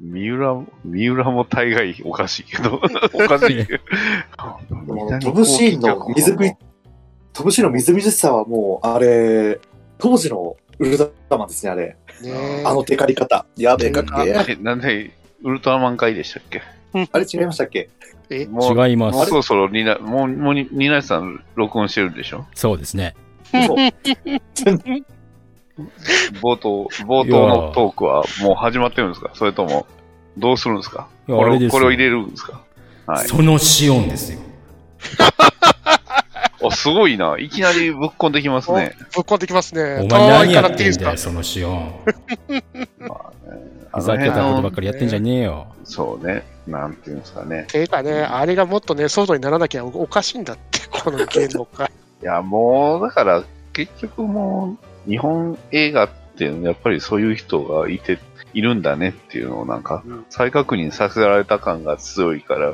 三浦、三浦も大概おかしいけ ど、おかしいけど。飛ぶシーンの水ぶり、飛ぶシーンのみずみずしさはもう、あれ、当時のウルトラマンですね、あれ。ねあのテカリ方。やべえ、かっけええ。なんで、ウルトラマン会でしたっけあれ違いましたっけえ、もう違いまもうす。そろそろにな、もう、もうに、になさん録音してるんでしょそうですね。嘘冒頭、冒頭のトークはもう始まってるんですかそれとも、どうするんですかいやこあれれですをこよれを入れるんですかはい。そのシオンですよ。あ、すごいな。いきなりぶっこんできますね。ぶっこんできますね。お前たわ何いやからっっていてんいですだかよ、。そのシオ ン。あふのざ辺けたことばっの、かりやってんじゃねえよ。そうね。なんていうんですかね。ていうかね、あれがもっとね、ソードにならなきゃおおかしいんだって、この芸能界。いや、もう、だから、結局もう、日本映画って、やっぱりそういう人がいて、いるんだねっていうのをなんかうん、再確認させられた感が強いから、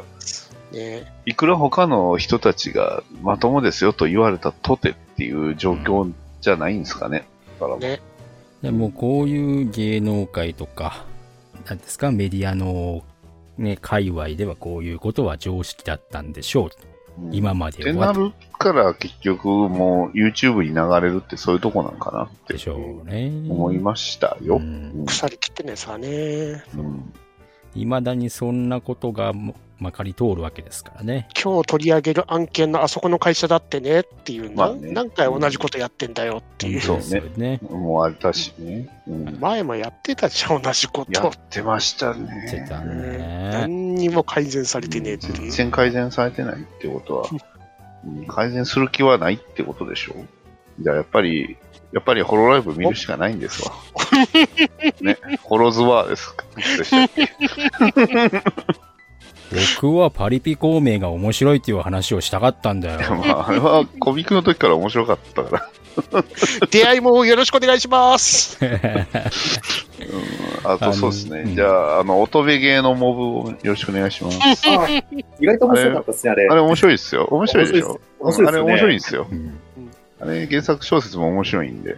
ね いくら他の人たちがまともですよと言われたとてっていう状況じゃないんですかね。だから、ねでもうこういう芸能界とか、なんですか、メディアの、ね、界隈ではこういうことは常識だったんでしょう。うん今まっでてなはるから、結局もう YouTube に流れるってそういうとこなんかなってでしょうね。思いましたよ。ううんん腐りきってねさね。うんいまだにそんなことがもまかり通るわけですからね。今日取り上げる案件のあそこの会社だってねっていう、まあなんね何回同じことやってんだよっていう。そうねですよね。もうあれだしね。うん前もやってたじゃん、同じこやとっ。てましたね。してたね。何にも改善されてねえってい全う。然改善されてないってこと は、うん改善する気はないってことでしょじゃあやっぱり、やっぱりホロライブ見るしかないんです わ。ね、ホロズワーです。でしたっけ僕はパリピ孔明が面白いっていう話をしたかったんだよ。ま あ、あれはコミックの時から面白かったから、出会いもよろしくお願いします。 うん、あとそうですあのうね。んじゃあ、あの、乙部芸のモブをよろしくお願いします。あ意外と面白かったですね、あれあ。れ面白いですよ。面白いでしょ面白いあですれね面白いんですよ。うんあれ原作小説も面白いんで。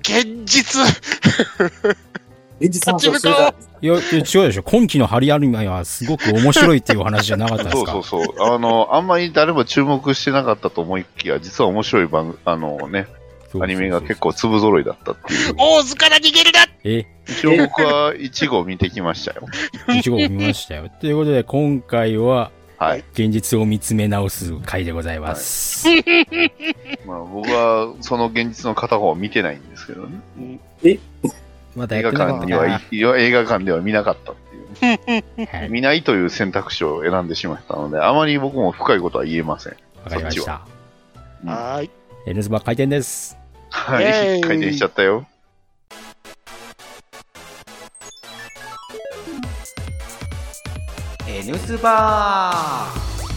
現実現実の話をしてた。いや、いや違うでしょ。今期のハリアニメはすごく面白いっていうお話じゃなかったですそかうそうそう。あの、あんまり誰も注目してなかったと思いきや、実は面白い番組、あのね、アニメが結構粒揃いだったっていう。大津から逃げるなえ、一応僕は1号見てきま したよ。いちご見ました よ。ということで、今回は、はい。現実を見つめ直す回でございます。まあ僕はその現実の片方を見てないんですけどね。まだ映画やってなかっ館たには、ない映画館では見なかったっていう。はい見ないという選択肢を選んでしまったので、あまり僕も深いことは言えません。わかりました。うんはーい。エルズバー開店です。はイェーい。イ回転しちゃったよ。 N スバー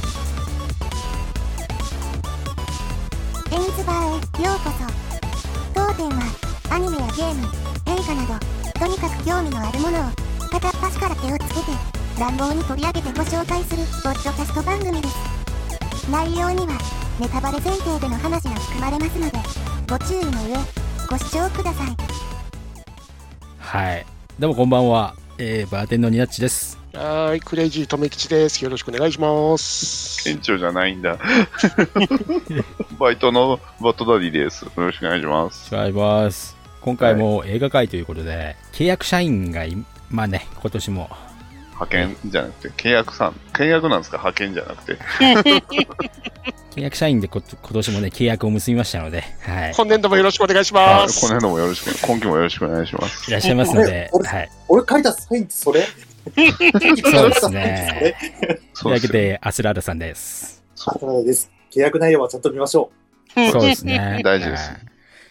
エンズバーへようこそ当店はアニメやゲーム映画などとにかく興味のあるものを片っ端から手をつけて乱暴に取り上げてご紹介するポッドキャスト番組です内容にはネタバレ前提での話が含まれますのでご注意の上ご視聴くださいはい。どうもこんばんは。えー、バーテンのニナッチです。はーい。クレイジーとめきちです。よろしくお願いします。店長じゃないん だ。バイトのバットダディです。よろしくお願いします。違います。今回も映画会ということで、契約社員がい、まあね、今年も、派遣じゃなくて、契約さん。契約なんですか派遣じゃなくて。契約社員でこ今年もね、契約を結びましたので、はい。今年度もよろしくお願いしあまこすの。間もよろしく、今期もよろしくお願いします。いらっしゃいますので、俺はい。俺書いたサインってそれそうですね。というそうわでけすよ。で、アスラーダさんです。書いたサインってそれ働いです。契約内容はちゃんと見ましょそうですね 大事です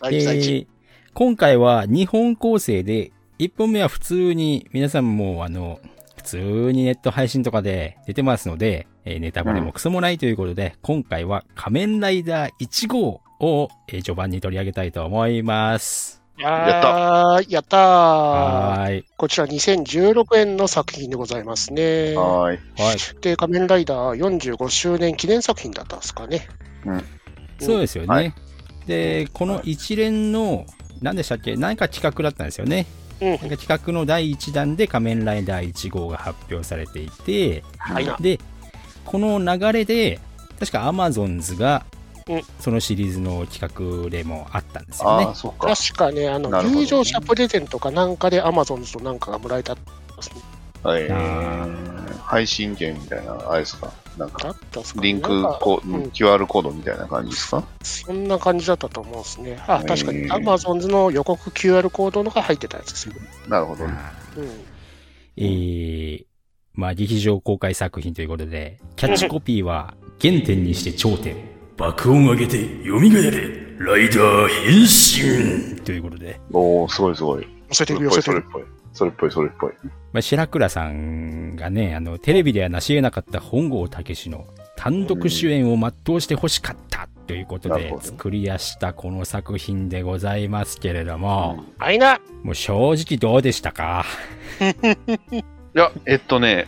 大事大事えー今回は2本構成で、1本目は普通に、皆さんもあの、普通にネット配信とかで出てますので、えーネタバレもクソもないということで、今回は仮面ライダー1号を、えー序盤に取り上げたいと思います。やったーやったーはーい。こちら2016年の作品でございますね。はーい。はい。で、仮面ライダー45周年記念作品だったんですかね。そうですよね。はいで、この一連の、何でしたっけ何か企画だったんですよね。うんなんか企画の第1弾で仮面ライダー1号が発表されていて、はいな。で、この流れで、確かアマゾンズがうん、そのシリーズの企画でもあったんですよねああ、。そうか。確かね、あのなるほどね入場者プレゼントかなんかで Amazon となんかがもらえたんですねはいあ。配信源みたいな、あれですか。なんか、だったっすかねリンクなんかこう、うん QR コードみたいな感じですかそんな感じだったと思うんですね。あ、確かへーに Amazon の予告 QR コードのが入ってたやつですよ。なるほどね。あーうん。えー、まあ劇場公開作品ということで、キャッチコピーは、原点にして頂点。爆音上げて蘇れライダー変身ということで、おー、すごいすごい。寄せてる寄それせっぽてい、それっぽい。そる。れっぽい、それっぽい。まあ、白倉さんがね、あの、テレビでは成し得なかった本郷武史の単独主演を全うして欲しかったということなるでほ、ど作り出したこの作品でございますけれども、あいなもう正直どうでしたかいや、えっとね、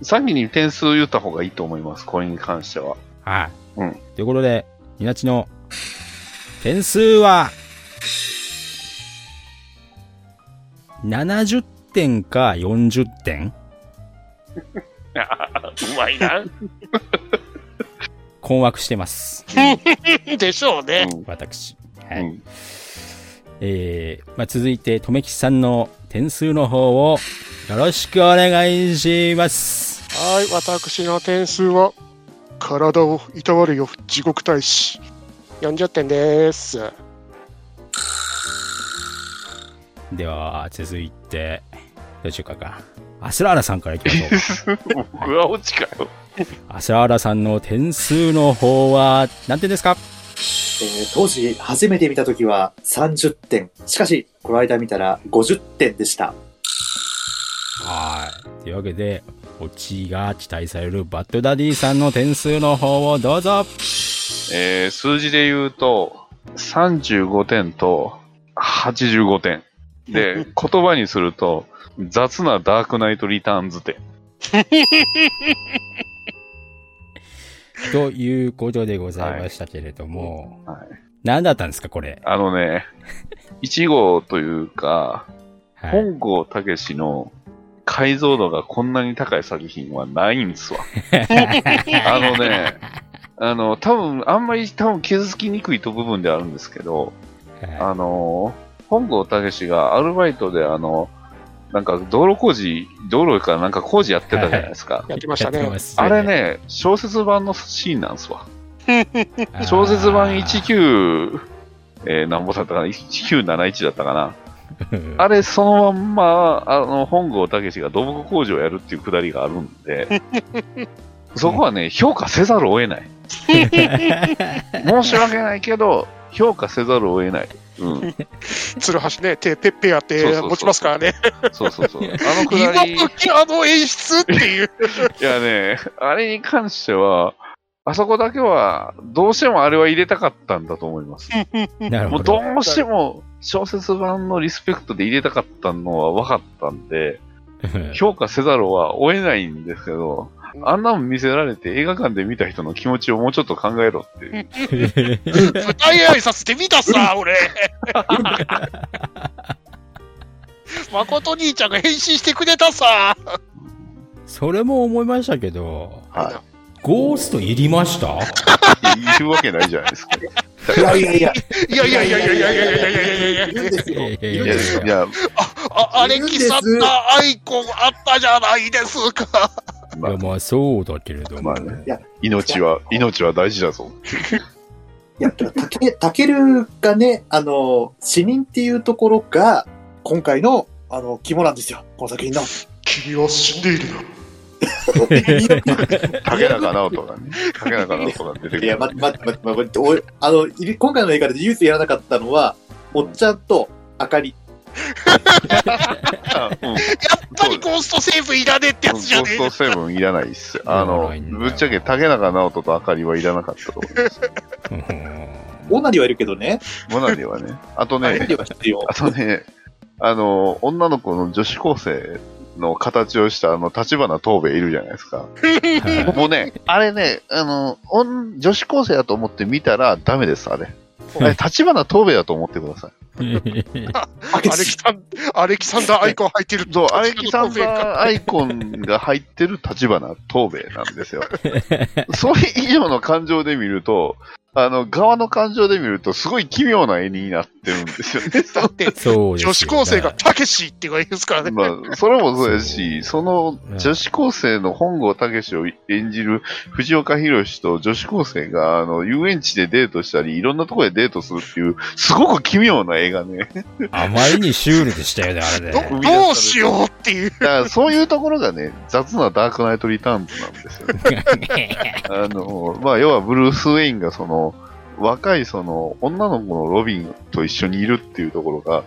先に点数言った方がいいと思います、これに関しては。はい。うんということで、ニナチの点数は、70点か40点 うまいな困惑してます。でしょうね。私。はうい。ん。えー、まあ、続いて、とめきちさんの点数の方をよろしくお願いします。はーい、私の点数は、体をいたわるよ、地獄大使。40点です。では、続いて、どうしようかか。アスラーラさんからいきま しょうか。僕は落ちかよ。アスラーラさんの点数の方は何点ですかえー当時初めて見た時は30点しかしこの間見たら50点でしたはい。というわけで、オチが期待されるバッドダディさんの点数の方をどうぞえー、数字で言うと、35点と85点。 で、言葉にすると、雑なダークナイトリターンズ点。ということでございましたけれども、はい。何だったんですか、これ。あのね、1号というか、はい。本郷武史の解像度がこんなに高い作品はないん ですわ。あのね、あの、多分、あんまり多分傷つきにくいと部分ではあるんですけど、はあのー本郷武史がアルバイトであの、なんか道路工事、道路かなんか工事やってたじゃないですか。いやってましたやってねま。すあれね、小説版のシーンなんですわ。あー小説版19、えー、なんぼだったかな、1971だったかな。あれ、そのまんま、あの、本郷武史が土木工事をやるっていうくだりがあるん で、そこはね、評価せざるを得ない。申し訳ないけど、評価せざるを得ない。うん。鶴橋ね、手ペッペやっそうそうてそう持ちますからね。そうそうそう。あのく今だり、い時あの演出っていう。やね、あれに関しては、あそこだけは、どうしてもあれは入れたかったんだと思います。なるもほうどど。うしても小説版のリスペクトで入れたかったのは分かったんで、評価せざるは追えないんですけど、あんなもん見せられて映画館で見た人の気持ちをもうちょっと考えろっていう。舞台挨拶で見た さ、俺。誠兄ちゃんが変身してくれたさ。 それも思いましたけど、はゴーストいりましたい。言うわけないじゃないですか。いいやいやいやいやいやいやいやいやいやいやいやいやいやいるんですよいやいいやるんやですよいや、あ、アレキサンダーアイコンあったじゃないですか。いやまあそうだけれども、まあねいや命は、命は大事だぞ。いやたけたけるがねあの死人っていうところが今回のあの肝なんですよこの作品の君は死んでいるな。竹中直人がね、竹中直人が出てくる。いや、待って待って待って待って、おいあの、い今回の映画で唯一やらなかったのは、おっちゃんとあかり。あうんやっぱりゴーストセーブいらねえってやゴつじゃーねスえトセブンいらないっすよ。あいのらないんだ、よぶっちゃけ竹中直人とあかりはいらなかったと思います。 オナリはいるけどね。モナリはね。あとオナね、リは必要。あとね、あの、女の子の女子高生の形をしたあの、立花東兵衛いるじゃないですか。はい もうね、あれね、あの、おん女子高生だと思って見たらダメです、あれ。あれ、立花東兵衛だと思ってください。あアレキサンアレキサンダーアイコン入ってるそう、アレキサン立花ダーアイコンが入ってる立花東兵衛なんですよ。 それ以上の感情で見ると、あの、側の感情で見ると、すごい奇妙な絵になってるんですよ ね。だっそてうですよ女子高生がたけしって言われですからね。まあ、それもそうやし、その女子高生の本郷武を演じる藤岡弘と女子高生があの遊園地でデートしたり、いろんなところでデートするっていう、すごく奇妙な映画ね。あまりにシュールでしたよね、あれどね。生み出されてどうしようっていう。だからそういうところがね、雑なダークナイトリターンズなんですよね。あの、まあ、要はブルース・ウェインがその、若いその、女の子のロビンと一緒にいるっていうところが、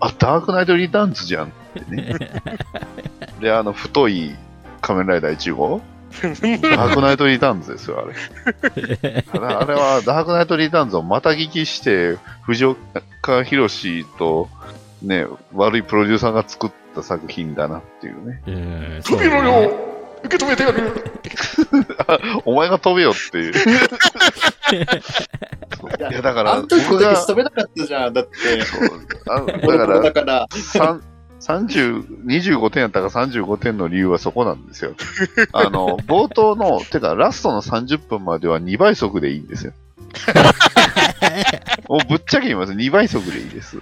あ、ダークナイト・リターンズじゃんってね。で、あの、太い仮面ライダー1号ダークナイト・リターンズですよ、あれ。ただあれは、ダークナイト・リターンズをまた聞きして、藤岡弘と、ね、悪いプロデューサーが作った作品だなっていうね。うんそう富の量を受け止めてやる。お前が飛べよって いう。いや、だから、あの時僕だけが、仕留めなかったじゃん。だって、そうあだ俺かもだから、ら、30 25点やったか35点の理由はそこなんですよ。あの、冒頭の、てか、ラストの30分までは2倍速でいいんですよ。もうぶっちゃけ言います。2倍速でいいです。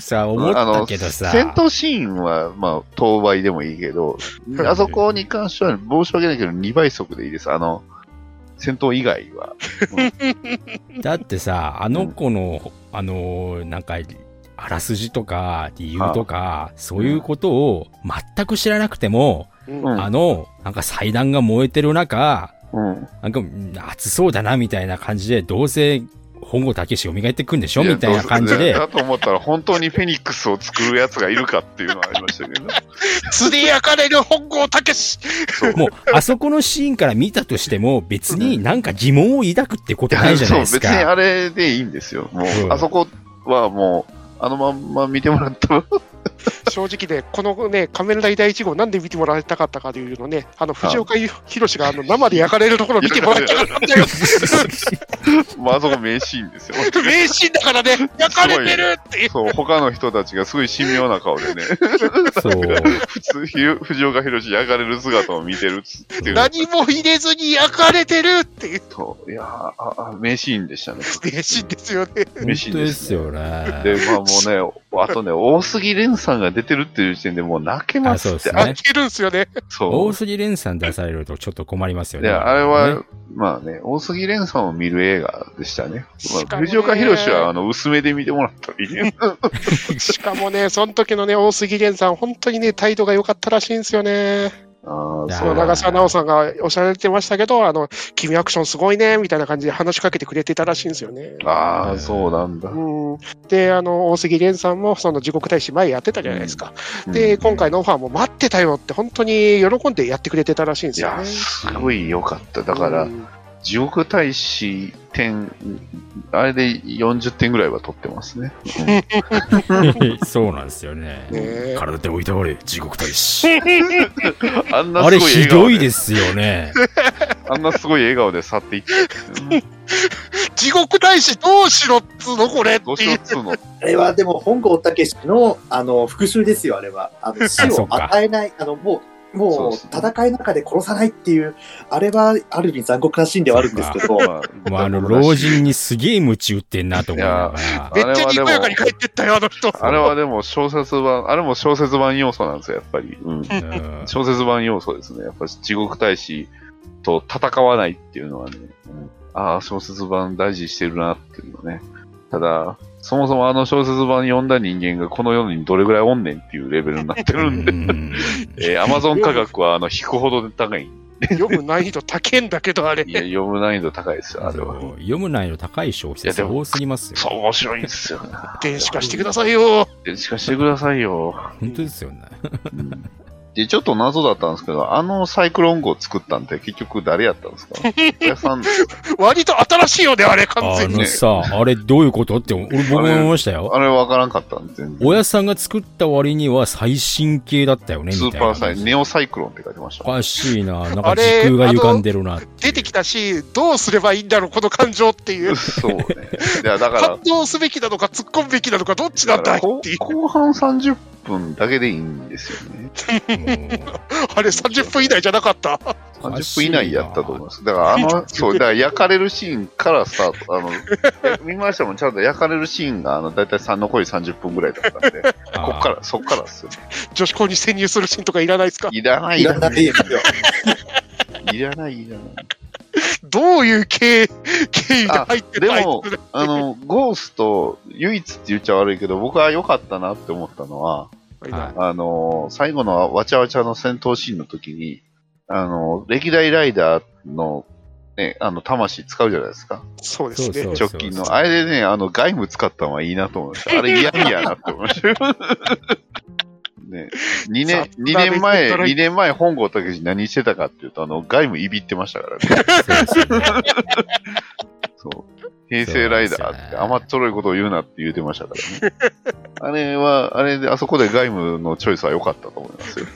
さ、思ったけどさ。戦闘シーンは、まあ、当倍でもいいけど、あそこに関しては申し訳ないけど、2倍速でいいです。あの、戦闘以外は。だってさ、あの子の、あのー、なんか、あらすじとか、理由とか、そういうことを全く知らなくても、うんあの、なんか祭壇が燃えてる中、うん。なんか、うん暑そうだな、みたいな感じで、どうせ、本郷武史蘇ってくんでしょいやみたいな感じで どうせ、だと思ったら、本当にフェニックスを作るやつがいるかっていうのはありましたけど。つり焼かれる本郷たけし。もう、あそこのシーンから見たとしても、別になんか疑問を抱くってこと ないじゃないですそう、別にか。あれでいいんですよ。もう、うんあそこはもう、あのまんま見てもらったら、 正直ね、このね、仮面ライダー1号なんで見てもらいたかったかというのね、あの、藤岡弘があの生で焼かれるところ見てもらいたかったんだよ。まああそこ名シーンですよ。名シーンだからね、 焼かれてるっていう。そう、他の人たちがすごい神妙な顔でね、 そう。普通、ひろ藤岡弘焼かれる姿を見てるっていう。何も入れずに焼かれてるっていうそう、いやーあ、あ名シーンでしたね。名シーンですよね。本嬉しい当でですすねよでね。、まあもうね、あとね、大杉蓮さんが出てるっていう時点でもう泣けますって。あそうあで焼けるんですよね。そう大杉蓮さん出されるとちょっと困りますよいね。や、あれは、ね、まあね、大杉蓮さんを見る映画でしたね。しまかあ、もね藤岡弘は、あの、薄めで見てもらったらいい ね。しかもね、その時のね、大杉蓮さん、本当にね、態度が良かったらしいんですよね。ああ、やそそうう、ー長澤奈緒さんがおっしゃられてましたけど、あの、君アクションすごいね、みたいな感じで話しかけてくれてたらしいんですよね。ああ、そうなんだ。うん、で、あの、大杉蓮さんも、その、地獄大使前やってたじゃないですか。で、今回のオファーも待ってたよって、本当に喜んでやってくれてたらしいんでいすよや、ね。すごい良かった。だから、うん地獄大使点、あれで40点ぐらいは取ってますね。 そうなんですよね。ね体で置いてわれ地獄大使 あんなあすれごいひ笑顔どいで、です よね。あんなすごい笑顔で去っていって、 地獄大使どうしろっつうのこれっどうてしよいううっ。つうの。あれはでも本郷武史のあの復讐ですよ、あれは。あ の死そをうか与えない、あのもう、そうもうですね戦いの中で殺さないっていう、あれはある意味残酷なシーンではあるんです けど、もうあの老人にすげえ鞭打ってんなと思いながら。あめれっはちゃにでもこやかに帰ってったよ、あの人。あれはでも小説版、あれも小説版要素なんですよ、やっぱり。うん。うん小説版要素ですね。やっぱ地獄大使と戦わないっていうのはね、うんああ、小説版大事にしてるなっていうのね。ただ、そもそもあの小説版読んだ人間がこの世にどれぐらいおんねんっていうレベルになってるんで、えー、アマゾン価格はあの引くほど高い。読む難易度高えんだけど、あれ。いや、読む難易度高いですよ、あれそは。う読む内容高い小いや説でも多すぎますよ。そう、面白いんですよ。電子化してくださいよ。しかしてくださいよ。本当ですよね。うんで、ちょっと謎だったんですけど、あのサイクロン号作ったんって結局誰やったんですかおやさんですか割と新しいよね、あれ、完あ全に。のさ、あれどういうことって、俺僕も思いましたよ。あれわからんかったんで、全然。親さんが作った割には最新系だったよね、スみーたいパな。ーサイ、ネオサイクロンって書いてましたお。かしい な。なんあかれ時空が歪んでるなっていう。出てきたし、どうすればいいんだろう、この感情っていう。そうね。いや、だから感、動すべきなのか、突っ込むべきなのか、どっちなんだいっていう。後半30分だけでいいんですよね。あれ、30分以内じゃなかった。 30分以内やったと思います。だから、あの、そう、だから焼かれるシーンからスタート。あの、 や見ましたもん、ちゃんと焼かれるシーンが、あの、だいたい3残り30分ぐらいだったんで、あーこっから、そっからっすよね。女子校に潜入するシーンとかいらないですか いらない、いいららなないい、よ。いらない、いらない。どういう経経緯が入ってでないも、あの、ゴースト、唯一って言っちゃ悪いけど、僕は良かったなって思ったのは、はあの、最後のわちゃわちゃの戦闘シーンの時に、あの、歴代ライダーの、ね、あの、魂使うじゃないですか。そうですね。そうそう直近の。あれでね、あの、外務使ったのはいいなと思いました。あれ嫌味やなって思いました。 ね、2年さす、二が年前、ベテラン2年前、本郷武史何してたかっていうと、あの、外務いびってましたからね。そうですねそう。平成ライダーって甘っちょろいことを言うなって言うてましたからね。あれは、あれで、あそこで外務のチョイスは良かったと思いますよ。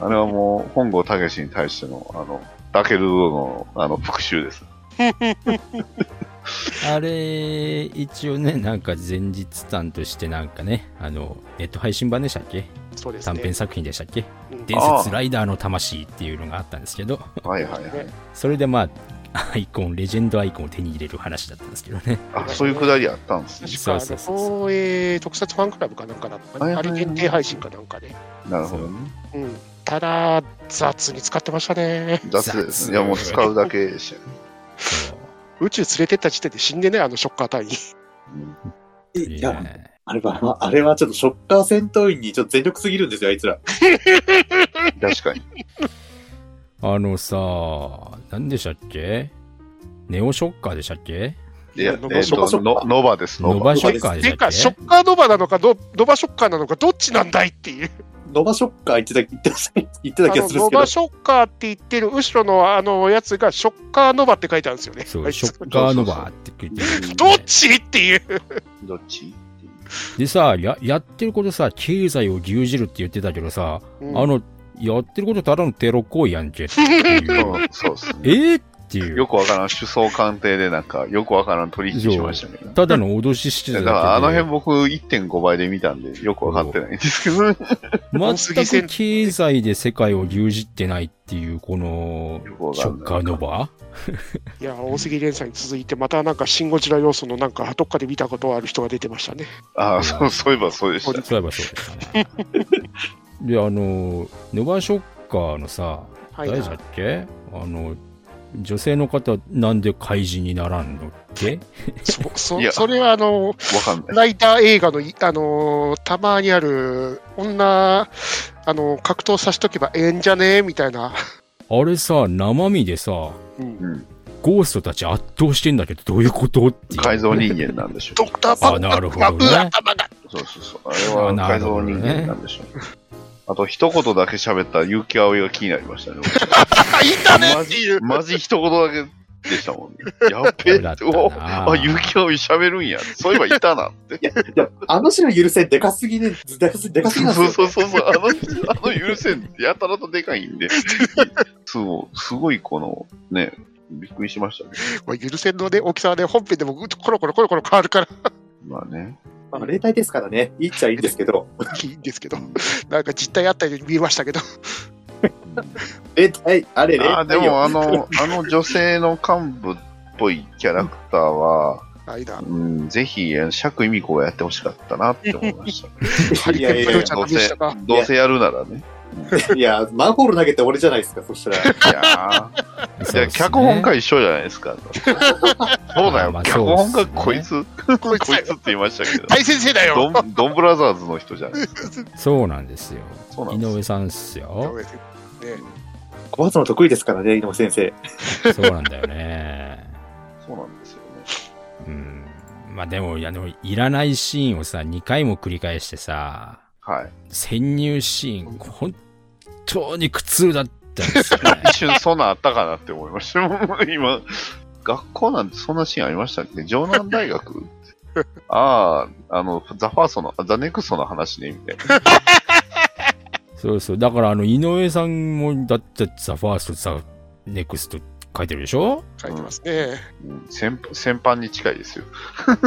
あれはもう、本郷武史に対しての、あの、ダケルドの、あの、復讐です。あれ、一応ね、なんか前日担としてなんかね、あの、ネット配信版でしたっけそうです短ね編。作品でしたっけうん伝説ライダーの魂っていうのがあったんですけど、はいはいはい。それでまあ、ア イコン、レジェンドアイコンを手に入れる話だったんですけどね。あ、そういうくだりあったんですね。確そうか、あそうのそうそう東映特撮ファンクラブかなんかだったかはいな。はあいはいれ限定配信かなんかで。なるほどね。うん。ただ、雑に使ってましたね。雑です雑ね。いや、もう使うだけでしたよそう宇宙連れてった時点で死んでね、あのショッカー隊員。うんいや、ねあれは、あれはちょっとショッカー戦闘員にちょっと全力すぎるんですよ、あいつら。確かに。あのさ、何でしたっけネオショッカーでしたっけいや、えっ、伸ばしょと、のノバです、ノノババ。ショッカーでてしいうたっか、ショけッカーノバなのか、ノノバショッカーなのか、どっちなんだいっていう。ノバショッカー言ってた、言ってました 言ってあた気がのするんノでバすショッカーって言ってる後ろのあのやつが、ショッカーノバって書いてあるんですよね。そあう、いつショッカーノバーって聞いてる、どっちっていう。どっちでさや、やってることさ、経済を牛耳るって言ってたけどさ、あの、やってることただのテロ行為やんけって いう。そうそうっすね。えーっていうよ。くわからん、首相官邸でなんか、よくわからん取引しました けど。ただの脅ししてただだけかで。ら、あの辺僕1.5倍で見たんで、よくわかってないんですけど、よ全く経済で世界を牛耳ってないっていう、この、くわシかョんッカーないノ。バいや、大杉連さんに続いて、またなんか、シン・ゴジラ要素のなんか、どっかで見たことある人が出てましたね。ああ、そう、そういえばそうでしーた。そういえばそうでしたね。 で、あの、ノバショッカーのさ、はい、誰だっけあの、女性の方、なんで怪人にならんのっけそいそやそれは、あの、わかんない。ライター映画のい、あのーたまにある、女、あの格闘さしとけばええんじゃねえみたいな。あれさ、生身でさ、うんうん。ゴーストたち圧倒してんだけど、どういうこと っていう。改造人間なんでしょドクターパあンなるほどね頭が う。そうそうそう。あれは改造人間なんでしょう。あと、一言だけ喋った結城葵が気になりましたね。あいたねっ ていう。マジ一言だけでしたもんね。やっべえって、そうだおったなあ、ゆきおい喋るんや。そういえばいたなって。けど。いや、あの人の許せんでかすぎで、でかすぎ、でかすぎなんで すそうよ。そうそうそう、あの、あの許せんってやたらとでかいんで。そう、すごいこの、ね、びっくりしましたね。これ許せんのね、大きさはね、本編でもぐっとコロコロコロコロ変わるから、まあね。まあ、例題ですからね、言っちゃいいんですけど、いいんですけど、なんか実態あったように見えましたけど、例題、あれ、例あーで題よ。もあの、あの女性の幹部っぽいキャラクターは、あいだ、うん、ぜひ、釈由美子がやってほしかったなって思いました。 ハリケーンブルーちゃんどのう見しせたか、、どうせやるならね。いや、マンホール投げて俺じゃないですか、そしたら。いやー。いそうや、っすね脚本家一緒じゃないです か。そうだよ、まあ脚本家こいつ、ここいいつつって言いましたけど、大先生だよ、ドンドンブラザーズの人じゃないですか。そうなんですよ。そうなん井です上さんっすよ。小発の得意ですからね、井上先生。そうなんだよね。そうなんですよね。うん。まあでも、いやでも、いらないシーンをさ、2回も繰り返してさ、はい。。潜入シーン、本当に苦痛だったんですよね 一瞬そんなんあったかなって思いました。 もう今、学校なんてそんなシーンありましたっけ城南大学 ああ、あの、ザ・ファーストの、ザ・ネクストの話ね、みたいな。そうそう。だから、あの、井上さんも、だってさ、ファースト、さ、ネクスト書いてるでしょ書いてますね。うん先先般に近いですよ。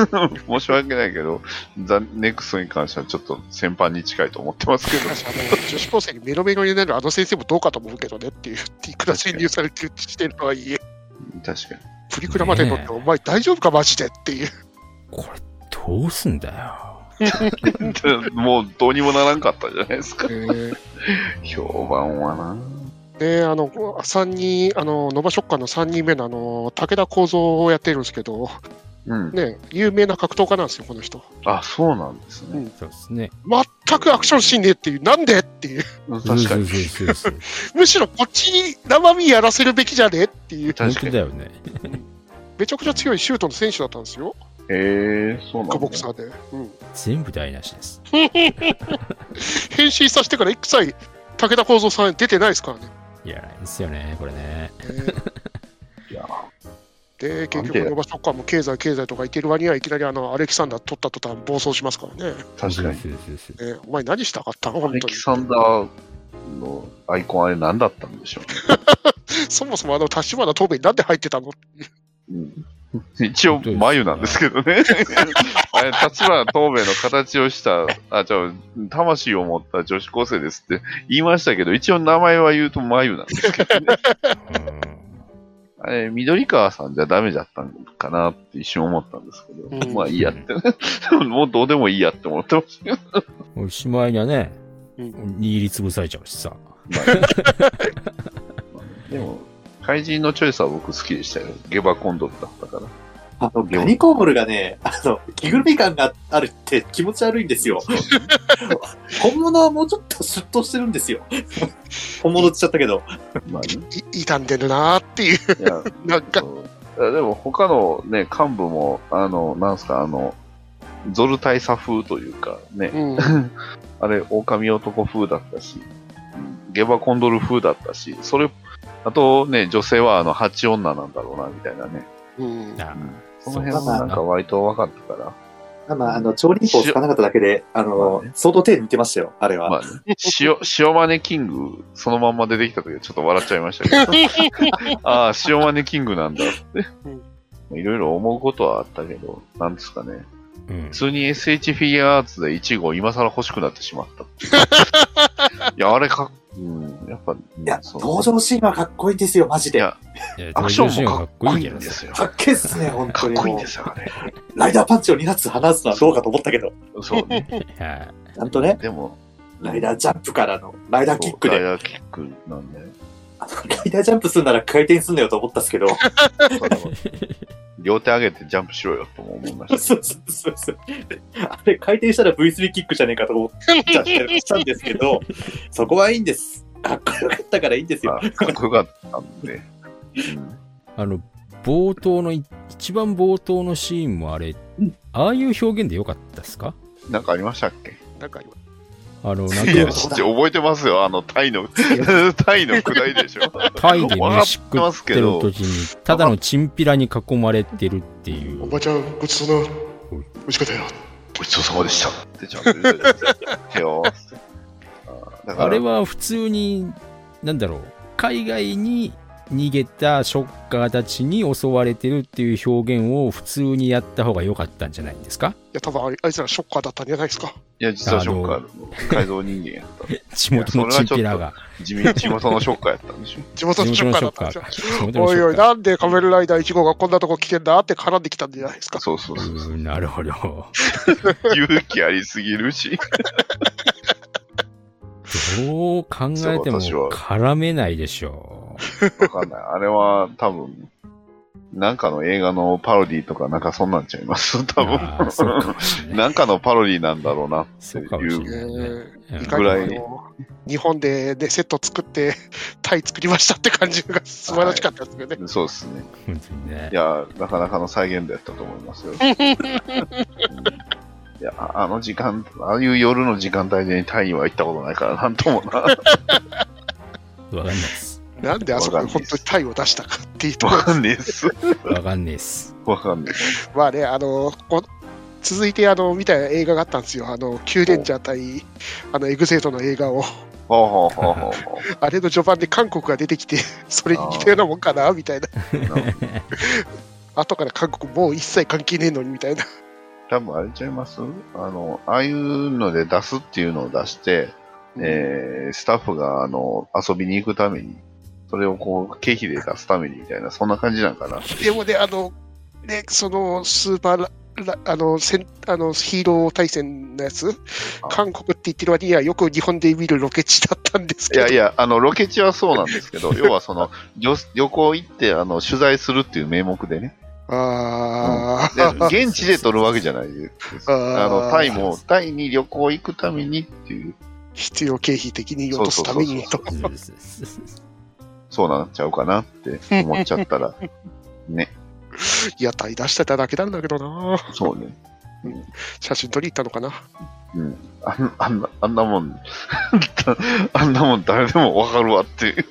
申し訳ないけど、ザ・ネクストに関してはちょっと先般に近いと思ってますけど確。かあの女子高生にメロメロになるあの先生もどうかと思うけどねっていう、いくら潜入されてるしてるとはいえ、確かに。プリクラまで乗って、お前大丈夫か、マジでっていう。これ、どうすんだよ。 もうどうにもならんかったじゃないですか。ね評判はな。えあの3人、あのノバショッカーの3人目のあの武田幸三をやってるんですけど、うん。ね、有名な格闘家なんですよ、この人。あ、そうなんですね。そうですね。全くアクションシーンねえっていう、なんでっていう、確かに。そうそうそうそうむしろこっちに生身やらせるべきじゃねえっていう、本確か当に。だへよね。めちゃくちゃ強いシュートの選手だったんですよ、えー、そうキなックんボだク。サーで。うん全部台無しです。変身させてから一切武田幸三さん出てないですからね。いや、ないですよね、これね。いやでな結んで局、ノバショッカーも経済、経済とか言ってる割にはいきなりあのアレキサンダー取った途端暴走しますからね。確かに。そうそうそうねお前何したかったのア本レ当にキ。サンダーのアイコンあれ何だったんでしょ そもそもあの立花東部になんで入ってたのうね。うん、一応、眉なんですけどね。 あれ、立花東明の形をした、あ、じゃ魂を持った女子高生ですって言いましたけど、一応名前は言うと眉なんですけどね。あれ、緑川さんじゃダメだったのかなって一瞬思ったんですけど、うんまあいいやって、 もうどうでもいいやって思ってましたよ。うんおしまいにはね、うん握りつぶされちゃうしさ。 でも、怪人のチョイスは僕好きでしたよ。ゲバコンドルだったから。あの、ガニコールがね、あの、着ぐるみ感があるって気持ち悪いんですよ。本物はもうちょっとシュッとしてるんです よ。本物って言っちゃったけど。まあねい傷んでるなーっていう、いやなんか、そういやでも他のね、幹部も、あの、なんすか、あの、ゾル大佐風というか、ね、うん、あれ、狼男風だったし、うんゲバコンドル風だったし、それ、あとね、女性はあの、八女なんだろうな、みたいなね。うん、あその辺はなんか割と分かったから。まあ、あの、超輪法つかなかっただけで、あの、相当手抜いてましたよ、あれは。まあね、 塩、塩マネキング、そのまんま出てきたときはちょっと笑っちゃいましたけ ど。ああ、塩マネキングなんだって。いろいろ思うことはあったけど、なんですかね。うん普。通に SH フィギュアアーツで1号今更欲しくなってしまったっていう。 いや、あれか、うん、やっぱ、いや、そう登場シーンはかっこいいんですよ、マジいで。やかいやアクション登場シーもンかっはこいいけんどでさすよ。っけえっすね、本か当っに。こいいんもですよ、あれ。うライダーパンチを2発放すのはどうかと思ったけど。そうね。はちゃんとね、でも、ライダージャンプからの、ライダーキックそうで、ライダーキックなんで。あのライダージャンプするなら回転すんなよと思ったんですけど。それは両手上げてジャンプしろよとも思いましたけど。 そうそうそうそう。あれ、回転したら V3 キックじゃねえかと思っちゃってしたんですけど、そこはいいんです。かっこよかったからいいんですよ。まあかっこよかったんで。うんい。あの、冒頭のい、一番冒頭のシーンもあれ、ああいう表現でよかったっすかなんかありましたっけなんか今、あの、なんいや、か、知って覚えてますよ。あの、タイの、タイのくらいでしょ。タイで飯食ってる時に、ただのチンピラに囲まれてるっていおう。ばちゃん、ごちそうな、おいしかったよ。ごちそうさまでした。ってちゃんと言うじゃないですか。へよーってあだからあれは普通に、なんだろう、海外に逃げたショッカーたちに襲われてるっていう表現を普通にやった方が良かったんじゃないんですかいや、多分あれあいつらショッカーだったんじゃないですか。いや、実はショッカーの改造人間やった。地元のチンピラが。地味地元のショッカーやったんでしょ。地元のショッカーだったんじゃ地元のショッカーおいおい、なんで仮面ライダー1号がこんなとこ来てんだって絡んできたんじゃないですか。そうそううそう。ーんなるほど。ど勇気ありすぎるし。う考えても絡めないでしょわかんない。あれは多分、なんかの映画のパロディとかなんかそんなんちゃいます多あーそうか分もしれないなんかのパロディなんだろうなってそうかもしいれう。ないえーうんいかにもあの 日本で、ね、セット作って、タイ作りましたって感じが素晴らしかったですよね。そうですね。う。本当にねい。や、なかなかの再現度やったと思いますよ。いや、ああの時間、ああいう夜の時間帯でタイには行ったことないから、なんともな。わかんないです。なんであそこに本当にタイを出したかっていうとこわかんねえっす。わかんないです。わかんねえ。まあね、あのこ続いてあの見た映画があったんですよ、あのキューレンジャー対あのエグゼートの映画を、 はあはあはあはあれの序盤で韓国が出てき て、それに似たようなもんかなみたいな、あ なるほど。後から韓国もう一切関係ねえのにみたいな、 多分あれちゃいますあの、ああいうので出すっていうのを出して、えー、スタッフがあの遊びに行くために、それをこう、経費で出すためにみたいな、そんな感じなんかな。でもね、あのねそのスーパーララあのせんあのヒーロー対戦のやつ、あ韓国って言ってる割にはよく日本で見るロケ地だったんですいけど、やいや、あの、ロケ地はそうなんですけど、要はその、旅旅行行って、あの、取材するっていう名目でね。あでー、現地で撮るわけじゃないです。あの、タイも、タイに旅行行くためにっていう、必要経費的に落とすためにそうと。そうなっちゃうかなって思っちゃったら、ね、屋台出してただけなんだけどなそうね。写真撮り行ったのかな うん。あんあんな、あんなもん、 あんなもん誰でもわかるわっていう。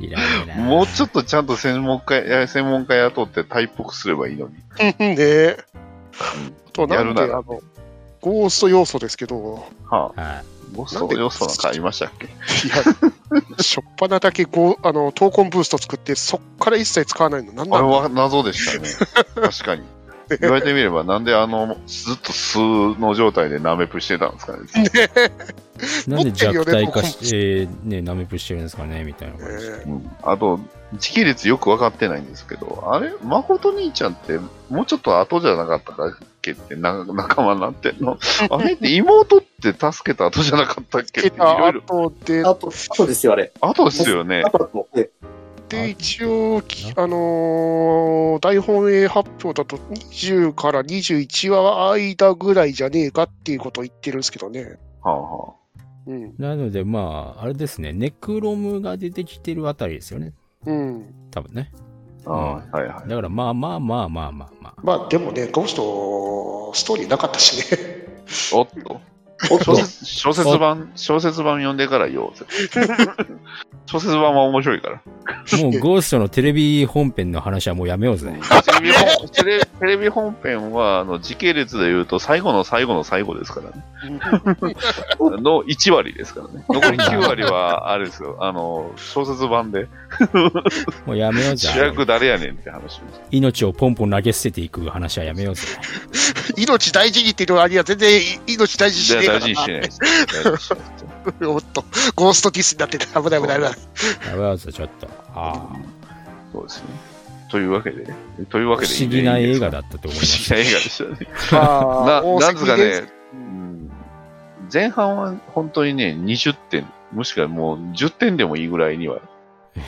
いらないな。もうちょっとちゃんと専門家、いや専門家雇ってタイっぽくすればいいのに。ねえ。あとなやるんで、なあらの、ゴースト要素ですけど、はあ、はボスト要素なんかありましたっけいや、しょっぱなだけゴーあの闘魂ブースト作って、そっから一切使わないの、なんあなれのは謎でした ね。確かに。言われてみれば、なんであの、ずっと素の状態でナメプしてたんですかね。い。なんで弱体化持っして、えーね、ナメプしてるんですかねみたいな感じで。えうん、あと、時系列よく分かってないんですけど、あれ、誠兄ちゃんって、もうちょっと後じゃなかったかっけって、な 仲間になってんのあれって妹って助けた後じゃなかったっけえいろいろ。後で、あと、あとですよ、あれ。後ですよねあ。とだと、えで一応、きあのー大本営発表だと20から21話間ぐらいじゃねえかっていうことを言ってるんですけどね。はあはうん。なので、まあ、あれですね、ネクロムが出てきてるあたりですよね。うん。 多分ね。あ、ああはいはい。だから、まあまあまあまあまあまあ。まあでもね、ゴースト、ストーリーなかったしね。おっと。おっ小と、説小説版、小説版読んでから言おうぜ。 小説版は面白いから。もう、ゴーストのテレビ本編の話はもうやめようぜ。 テレビ本テレテレビ本編はあの時系列で言うと最後の最後の最後です からね。の1割ですからね。残り9割はあれですよ。あの、小説版でもうやめようぜ。主役誰やねんって話です。命をポンポン投げ捨てていく話はやめ ようぜ。 命大事にっていうのは、には全然い命大事にしね大えから事にしな。ないです。大事にしないですおっと、ゴーストディスになってた。危ない危ない危ない。やめようぜ、ちょっと。ああ。そうですね。というわけで、というわけ不で思議な映画だ。だったと思不思います議。な映画でしたね。まな、あ大なん崎つうかでね、うん前半は本当にね、20点、もしくはもう10点でもいいぐらいには、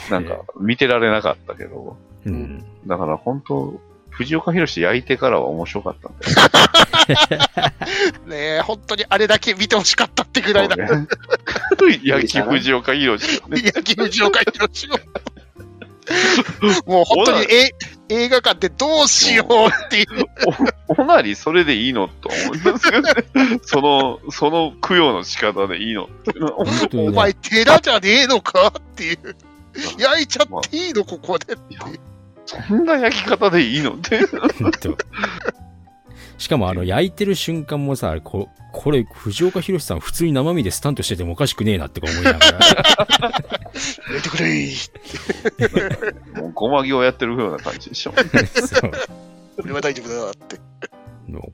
なんか見てられなかったけど、うん。だから本当、藤岡弘焼いてからは面白かったんだねえ、本当にあれだけ見てほしかったってぐらいだ。よ、ね。 焼き藤岡弘、ね。野球場会広しを。もう本当に え映画館でどうしようっていう。おおなりそれでいいのと思いますよね。 その、その供養の仕方でいいのっていうのは本当におね前、寺じゃねえのかっていう。焼いちゃっていいの、ここで。そんな焼き方でいいの って。ほんとしかも、あの、焼いてる瞬間もさ、ここれ、藤岡弘さん、普通に生身でスタントしててもおかしくねえなって思いながら。 やめてくれい。もう、ごまぎをやってるような感じでしょ。そう俺は大丈夫だって。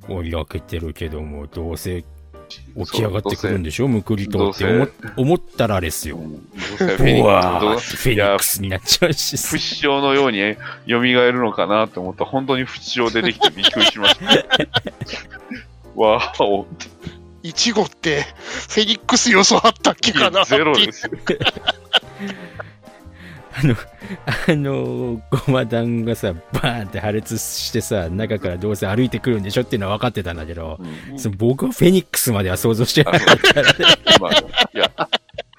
こう焼けてるけども、どうせ起き上がってくるんでしょむくりどとうってせ思思ったらですよ。フボワーどうってフェニックスになっちゃうしさ不死鳥のようにえ蘇るのかなと思ったら本当に不死鳥出てきてびっくりしま した。わーお、いちごって、フェニックス予想あったっけかなゼロですよ。あの、あの、ごま団がさ、バーンって破裂してさ、中からどうせ歩いてくるんでしょっていうのは分かってたんだけど、うんその僕はフェニックスまでは想像してなあかっそうまあいや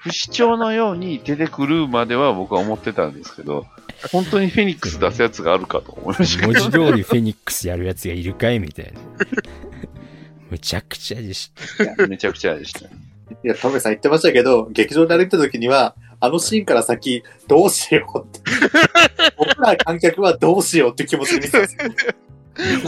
不死鳥のように出てくるまでは僕は思ってたんですけど、本当にフェニックス出すやつがあるかと思いましたた。け文ど字通りフェニックスやるやつがいるかいみたいな。むちゃくちゃでしめちゃくちゃでしたね。いや、田辺さん言ってましたけど、劇場で歩いた時には、あのシーンから先、どうしようって。僕ら観客はどうしようって気持ちになってます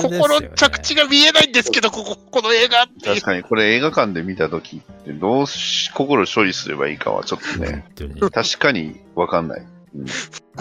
心の着地が見えないんですけど、ここ、この映画っていう確。かに、これ映画館で見たときって、どうし、心処理すればいいかはちょっとね、本当に確かにわかんない。うん、い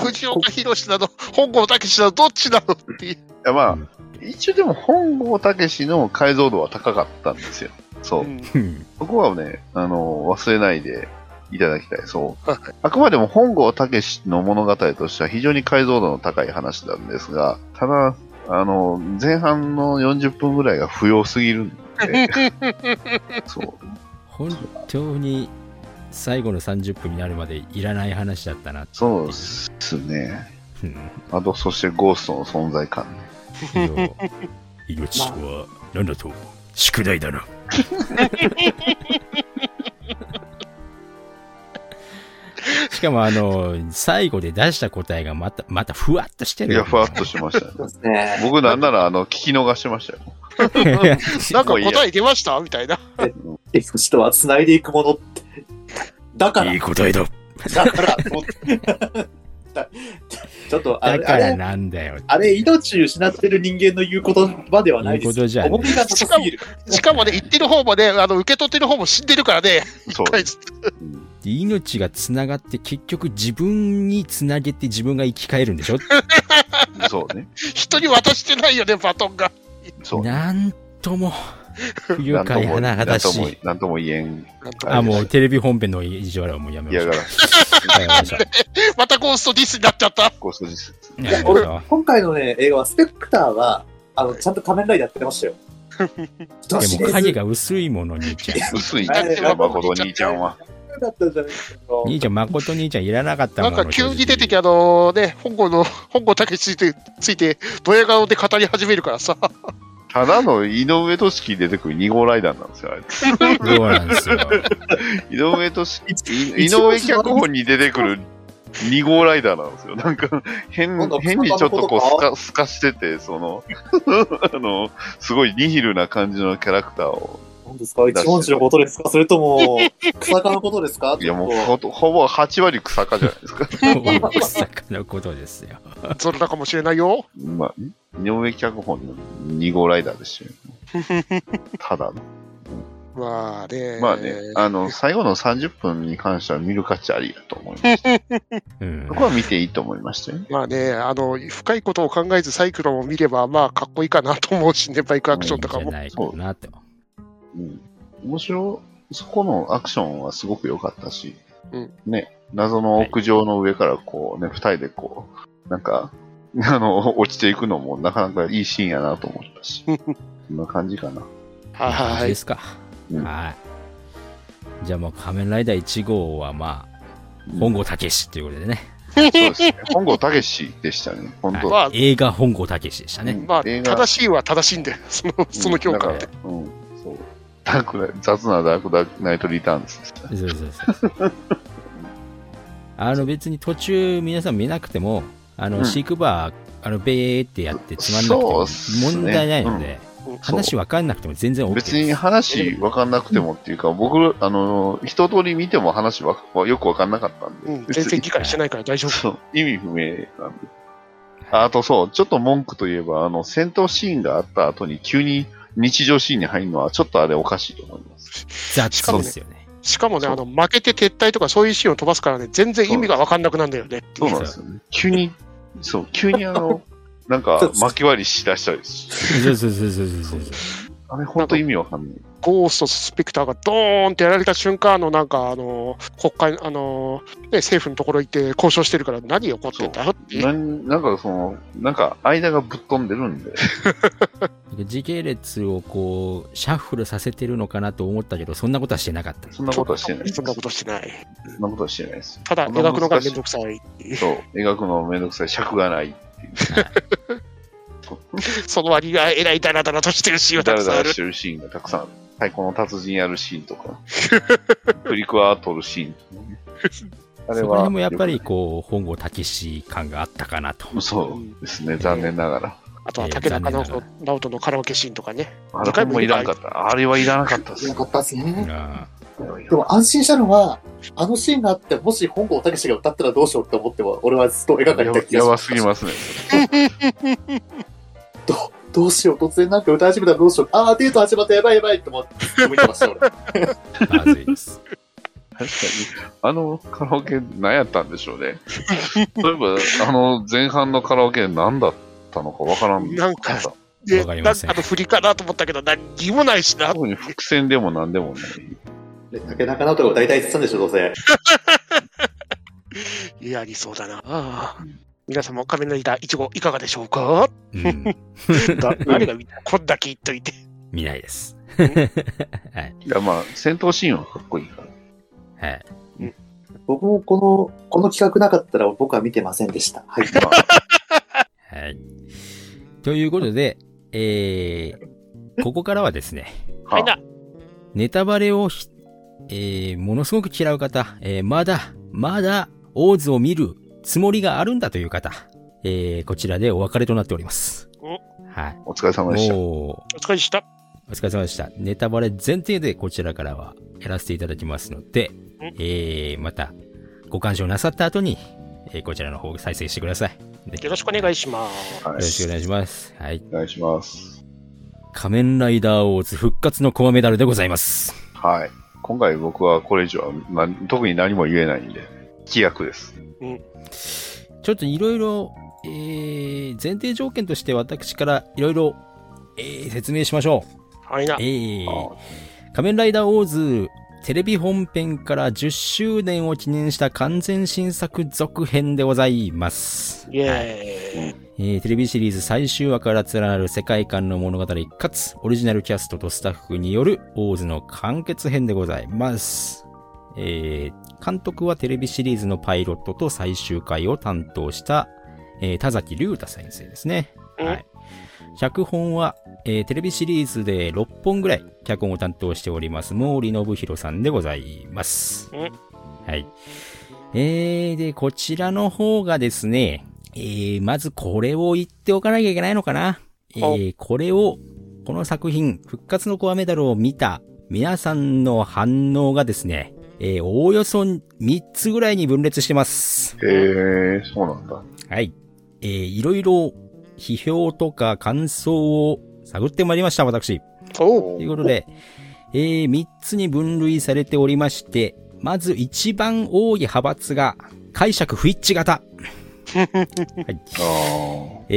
藤岡弘なの、本郷武史なの、どっちなのっていう。やまあ、一応でも本郷武の解像度は高かったんですよ。そう。 うんうんそこはね、あの、忘れないでいただきたい。そう。あくまでも本郷武の物語としては非常に解像度の高い話なんですが、ただ、あの、前半の40分ぐらいが不要すぎるんで、そう。本当に最後の30分になるまでいらない話だったな。そうですね。うんあと、そしてゴーストの存在感ね。いや命とは何だと宿題だな。しかもあの、最後で出した答えがまた、またふわっとしているよや、ね。ふわっとしましたね。そうですね。僕なんなら、あの、聞き逃してましたよ。なんか答え出ましたみたいな。エクスとは繋いでいくものって。だから、いい答えだ。だから、と思って だちょっとあだれ、かあられ、なんだよ。あれ、命失ってる人間の言う言葉ではない言です。うことじゃない重みが高すぎる。しかもね、言ってる方もね、あの、受け取ってる方も死んでるからね。 そう。うん命がつながって結局自分につなげて自分が生き返るんでしょそうね。人に渡してないよね、バトンが。そう。なんとも、不愉なんと快も、ななんと話も、なんとも言えん。あ、もうテレビ本編の意地悪はもうやめま嫌しょがうらせ。やめましょう。またゴーストディスになっちゃった。ゴースト実やめましょう今回のね、映画は、スペクターは、あの、ちゃんと仮面ライダーやってま したよ。人はで知れもず影が薄いもの、兄ちゃん。薄いな、誠兄ちゃんは。だったじゃないですか。兄ちゃん、誠兄ちゃんいらなかったなもんの。か急に出て正きて、あのね、本郷の、 本郷武史について、ついて、ドヤ顔で語り始めるからさ。ただの井上俊樹に出てくる2号ライダーなんですよ、あれ直そうなんです よ。井上俊 樹、井上脚本に出てくる2号ライダーなんですよ。なんか、変なんか、変にちょっとこう、草す葉か、すかしてて、その、 あの、すごいニヒルな感じのキャラクターを。何ですか一文字のことですかそれとも、草加のことですかいや、もうちょっとほと、ほぼ8割草かじゃないですか。 大阪のことですよ。ゾロだかもしれないよ。まあね、井上脚本の2号ライダーで したよ。ただの。まあね。まあね、あの、最後の30分に関しては見る価値ありだと思い ました。うんそ。こは見ていいと思いましたよ。まあね、あの、深いことを考えずサイクロンを見れば、まあ、かっこいいかなと思うしね、バイクアクションとかじゃも。ないかなと。うん。面白い、そこのアクションはすごく良かったし、うんね、謎の屋上の上からこうね、二、人でこう、なんか、あの、落ちていくのもなかなかいいシーンやなと思った し、こんな感じかな。はでい。すか。うんはい。じゃあもう仮面ライダー1号はまあ、本郷武史ということでね。そうですね。本郷武史でしたね、本当。まあ、映画本郷武史でしたうね。んまあ、映画正しいは正しいんで、その、その評価って。うん、だからうんそう。ダークナイ雑なダークダナイトリターンズですね。そうそうそう そう。あの別に途中皆さん見なくても、あの、うんシークバー、あの、べーってやってつまんなくてそうもっすね問題ないので、そう話わかんなくても全然 OK です。別に話分かんなくてもっていうか、僕、あの、一通り見ても話はよく分かんなかったんで、うん、全然理解してないから大丈夫。そう意味不明なんで。あとそう、ちょっと文句といえば、あの、戦闘シーンがあった後に急に日常シーンに入るのはちょっとあれおかしいと思います。し雑かもでねすよね。しかもね、そうあの、負けて撤退とかそういうシーンを飛ばすからね、全然意味がわかんなくなるんだよね。そうなんですよね。急に、そう、急にあ の、なんか、巻き割りしだしたりし。そうそうそうそうそうそう。あれ、本当意味わかんない。ゴーストとスペクターがドーンってやられた瞬間、あの、なんか、あの、国会、あの、ね、政府のところ行って交渉してるから何起こってんだよっていう。なんなんかその、なんか間がぶっ飛んでるんで、時系列をこう、シャッフルさせてるのかなと思ったけど、そんなことはしてなかった。そんなことはしてないです。そそんなことしてない。んなことはしてないです。ただ、そんな描くのが難しいめんどくさいっていう。そう、描くのめんどくさい、尺がないっていう。その割にはえらいダラダラとしてるシーンはダラたくさんダラあるし。てるシーンがたくさんある。太鼓の達人やるシーンとか、プリクワ取るシーンとかね。あそこら辺もやっぱりこう、本郷武史感があったかなと。そうですね、残念ながら。あとは竹中直人直人のカラオケシーンとかね。あれもいらんかった。あれはいらなかったでよすか。ったですね。あでも安心したのは、あのシーンがあって、もし本郷武史が歌ったらどうしようって思っても、俺はずっと描かれやたば気がやしばますぎますね。どどうしよう、突然なんか歌い始めたらどうしよう。ああ、デート始まった、やばいやばいって思って見てました、俺。まずいです。確かに、あのカラオケ何やったんでしょうね。そういえば、あの前半のカラオケ何だったのかわからん。なんか特で、わかりなまんせんかの振りかなと思ったけど、何にもないしな。に伏線でも何でもない。で竹中直人が歌いたいって言ってたんでしょ、どうせ。いや、ありそうだな。ああ皆様、仮面ライダー1号いかがでしょうかうん。だ 誰が見たこんだけ言っといて。見ないです。はい。いや、まあ、戦闘シーンはかっこいいから。はい。僕もこの、この企画なかったら僕は見てませんでした。はい。まあ、はい。ということで、えー、ここからはですね、はいな。ネタバレをひ、えー、ものすごく嫌う方、えー、まだ、まだ、オーズを見るつもりがあるんだという方、えー、こちらでお別れとなっております。おはい。お疲れ様でした。もお疲れでした。う、お疲れ様でした。ネタバレ前提でこちらからはやらせていただきますので、えー、また、ご鑑賞なさった後に、えー、こちらの方を再生してください。ねよろしくお願いします。はよいろ、しくお願いします。はい。お願いします。仮面ライダーオーズ復活のコアメダルでございます。はい。今回僕はこれ以上は何特に何も言えないんで、規約です。ちょっといろいろ、えー、前提条件として私からいろいろ、えー、説明しましょう。はいなえ。ーあ、仮面ライダーオーズ、テレビ本編から10周年を記念した完全新作続編でございます。イエーえイ。ーテレビシリーズ最終話から連なる世界観の物語かつオリジナルキャストとスタッフによるオーズの完結編でございます。えー監督はテレビシリーズのパイロットと最終回を担当した、えー田崎龍太先生ですね。うんはい。脚本は、えーテレビシリーズで6本ぐらい脚本を担当しております毛利信弘さんでございます。うんはい。えー、で、こちらの方がですね、えー、まずこれを言っておかなきゃいけないのかな。えー、これを、この作品、復活のコアメダルを見た皆さんの反応がですね、えー、おおよそ3つぐらいに分裂してます。へえー、そうなんだ。はい。えー、いろいろ、批評とか感想を探ってまいりました、私。おう。ということで、えー、3つに分類されておりまして、まず一番多い派閥が、解釈不一致型。はいあーえ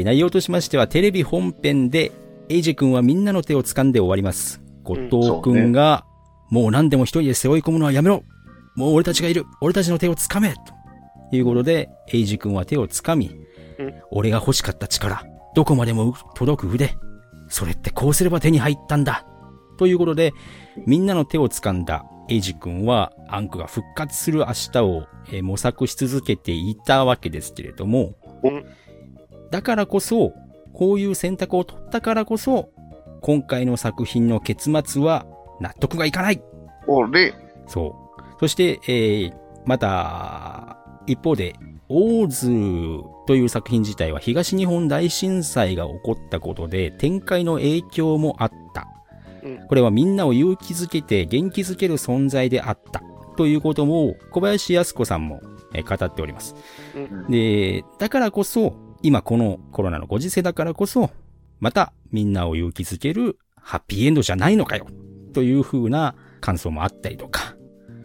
ー、内容としましては、テレビ本編で、エイジ君はみんなの手を掴んで終わります。後藤君が、もう何でも一人で背負い込むのはやめろもう俺たちがいる俺たちの手を掴めということで、エイジ君は手を掴みうん、俺が欲しかった力、どこまでも届く腕、それってこうすれば手に入ったんだということで、みんなの手を掴んだエイジ君は、アンクが復活する明日を、えー模索し続けていたわけですけれども、うんだからこそ、こういう選択を取ったからこそ、今回の作品の結末は納得がいかない俺、そう。そして、えー、また、一方で、オーズという作品自体は東日本大震災が起こったことで展開の影響もあったうん。これはみんなを勇気づけて元気づける存在であった。ということも小林靖子さんもえー語っておりますう。で、だからこそ、今このコロナのご時世だからこそ、またみんなを勇気づけるハッピーエンドじゃないのかよという風な感想もあったりとか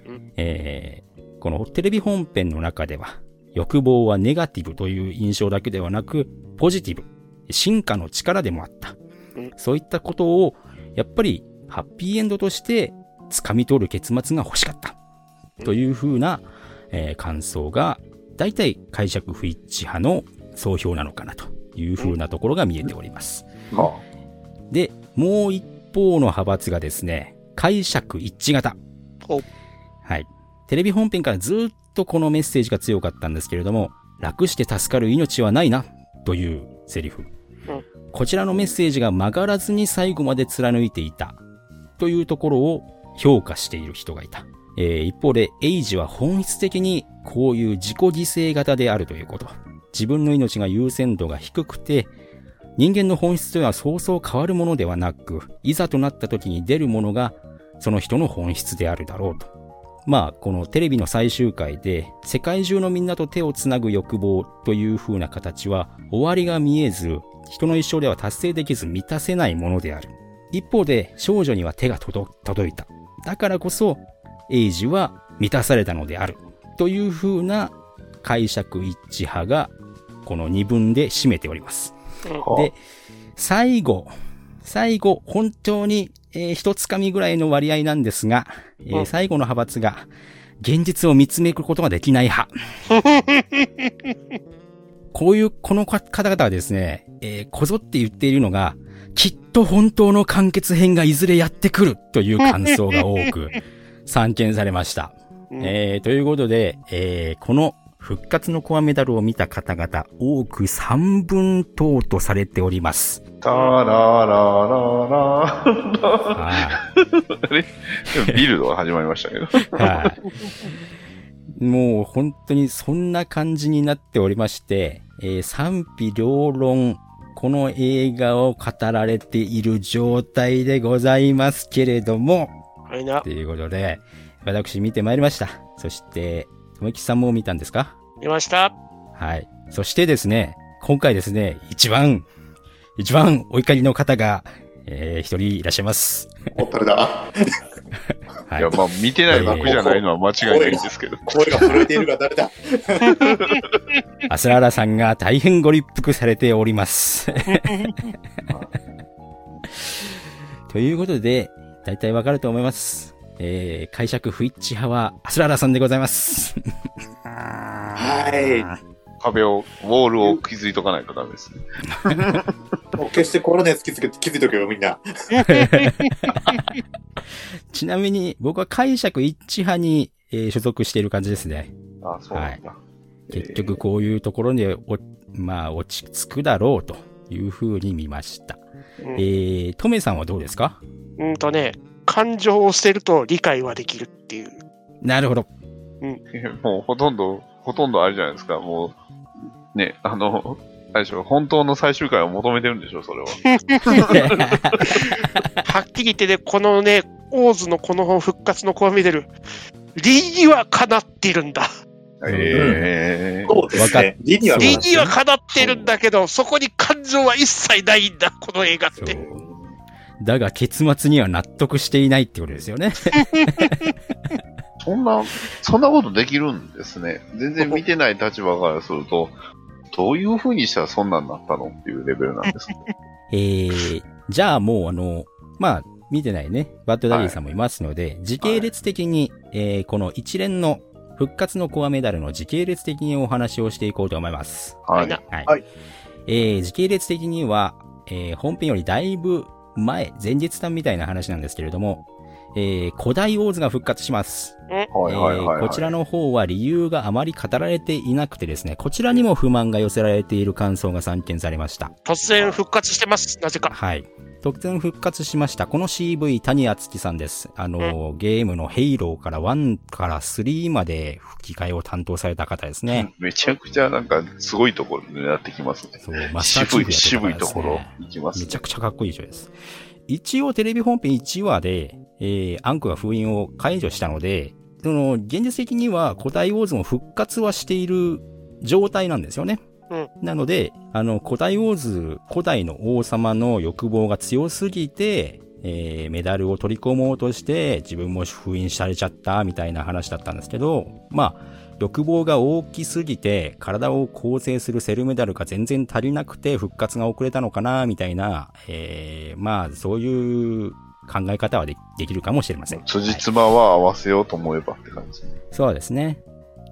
うん、えーこのテレビ本編の中では、欲望はネガティブという印象だけではなく、ポジティブ、進化の力でもあったうん。そういったことを、やっぱりハッピーエンドとして掴み取る結末が欲しかった。という風な、えー感想が、だいたい解釈不一致派の総評なのかなという風なところが見えております。はで、もう一方の派閥がですね、解釈一致型お。はい。テレビ本編からずっとこのメッセージが強かったんですけれども、楽して助かる命はないな、というセリフ。こちらのメッセージが曲がらずに最後まで貫いていた、というところを評価している人がいた。えー一方で、エイジは本質的にこういう自己犠牲型であるということ。自分の命が優先度が低くて、人間の本質というのはそうそう変わるものではなく、いざとなった時に出るものがその人の本質であるだろうと。まあ、このテレビの最終回で、世界中のみんなと手をつなぐ欲望という風な形は、終わりが見えず、人の一生では達成できず満たせないものである。一方で、少女には手が届届いた。だからこそ、エイジは満たされたのである。という風な解釈一致派が、この二文で占めております。で、最後、最後、本当に、えー一つかみぐらいの割合なんですが、えーうん最後の派閥が、現実を見つめることができない 派。こういう、この方々はですね、えーこぞって言っているのが、きっと本当の完結編がいずれやってくるという感想が多 く、散見されました。うんえーということで、えーこの復活のコアメダルを見た方々、多く3分等とされており ます。タララララ はビルドが始まりましたけど。い。はい。もう本当にそんな感じになっておりまして、えー賛否両論、この映画を語られている状態でございますけれども、はいなと。いうことで、私見てまいりました。そして、とめきさんも見たんですか見ました。はい。そしてですね、今回ですね、一番、一番お怒りの方が、えー一人いらっしゃいます。おったれだ。はいや、まあ、見てない僕じゃないのは間違いないんですけど。声が震えているが誰だアスラーラさんが大変ご立腹されており ます。ということで、大体わかると思います。えー解釈不一致派はアスラーラさんでございます。は壁を、ウォールを築いとかないとダメですね。い。もう決して心のやつ気づけ、気づいとけよ、みんな。ちなみに、僕は解釈一致派に、えー所属している感じですね。あ、そうなんだ。結局こういうところでお、まあ、落ち着くだろうというふうに見ました。うんえー、トメさんはどうです かうんとね、感情を捨てると理解はできるっていう。なるほ ど。 えー もうほとんど、ほとんどあれじゃないですか。もう、ね、あの、最初、本当の最終回を求めてるんでしょ、それは。はっきり言ってね、このね、オーズのこの復活のコアメダル、理にはかなっているんだ。ええそうですね。理にはそう理なんですによはかなっているんだけど、そこに感情は一切ないんだ、この映画っそて。う。だが結末には納得していないってことですよ ね。そんな、そんなことできるんですね。全然見てない立場からすると、どういう風にしたらそんなんなったのっていうレベルなんです。えー、じゃあもうあの、まあ、見てないね、バッドダディさんもいますので、時系列的に、えーこの一連の復活のコアメダルの時系列的にお話をしていこうと思います。はみんいな。はい。はいえー時系列的には、えー本編よりだいぶ前、前日談みたいな話なんですけれども、えー古代王ズが復活します。はいはいはい、えーこちらの方は理由があまり語られていなくてですね、こちらにも不満が寄せられている感想が散見されました。突然復活してます、なぜか。はい。突然復活しました。この CV、谷敦樹さんです。あの、ゲームのヘイローから1から3まで吹き替えを担当された方ですね。めちゃくちゃなんかすごいところになってきますね。そう、マスターチー渋フい、やっ渋いとてた方ですこねろ行きますめねち。ゃくちゃかっこいい人です。一応テレビ本編1話で、えー、アンクが封印を解除したので、その、現実的には古代ウォーズも復活はしている状態なんですよね。うんなので、あの、古代ウォーズ、古代の王様の欲望が強すぎて、えーメダルを取り込もうとして、自分も封印されちゃった、みたいな話だったんですけど、まあ、欲望が大きすぎて、体を構成するセルメダルが全然足りなくて、復活が遅れたのかな、みたいな、えーまあ、そういう考え方はでできるかもしれません。辻褄は合わせようと思えばって感じ。そうですね。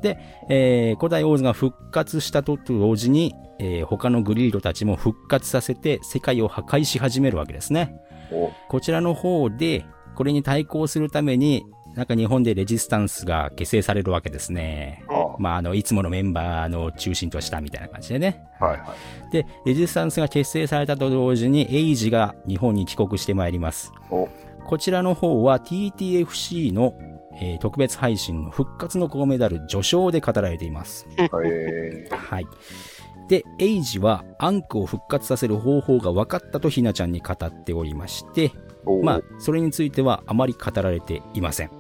で、えー古代王子が復活したと同時に、えー他のグリードたちも復活させて世界を破壊し始めるわけですね。おこちらの方で、これに対抗するために、なんか日本でレジスタンスが結成されるわけですね。あまあ、あの、いつものメンバーの中心としたみたいな感じでね。はいはい。で、レジスタンスが結成されたと同時に、エイジが日本に帰国してまいります。おこちらの方は TTFC の、えー特別配信の復活の高メダル序章で語られています。えはい。で、エイジはアンクを復活させる方法が分かったとひなちゃんに語っておりまして、おーまあ、それについてはあまり語られていません。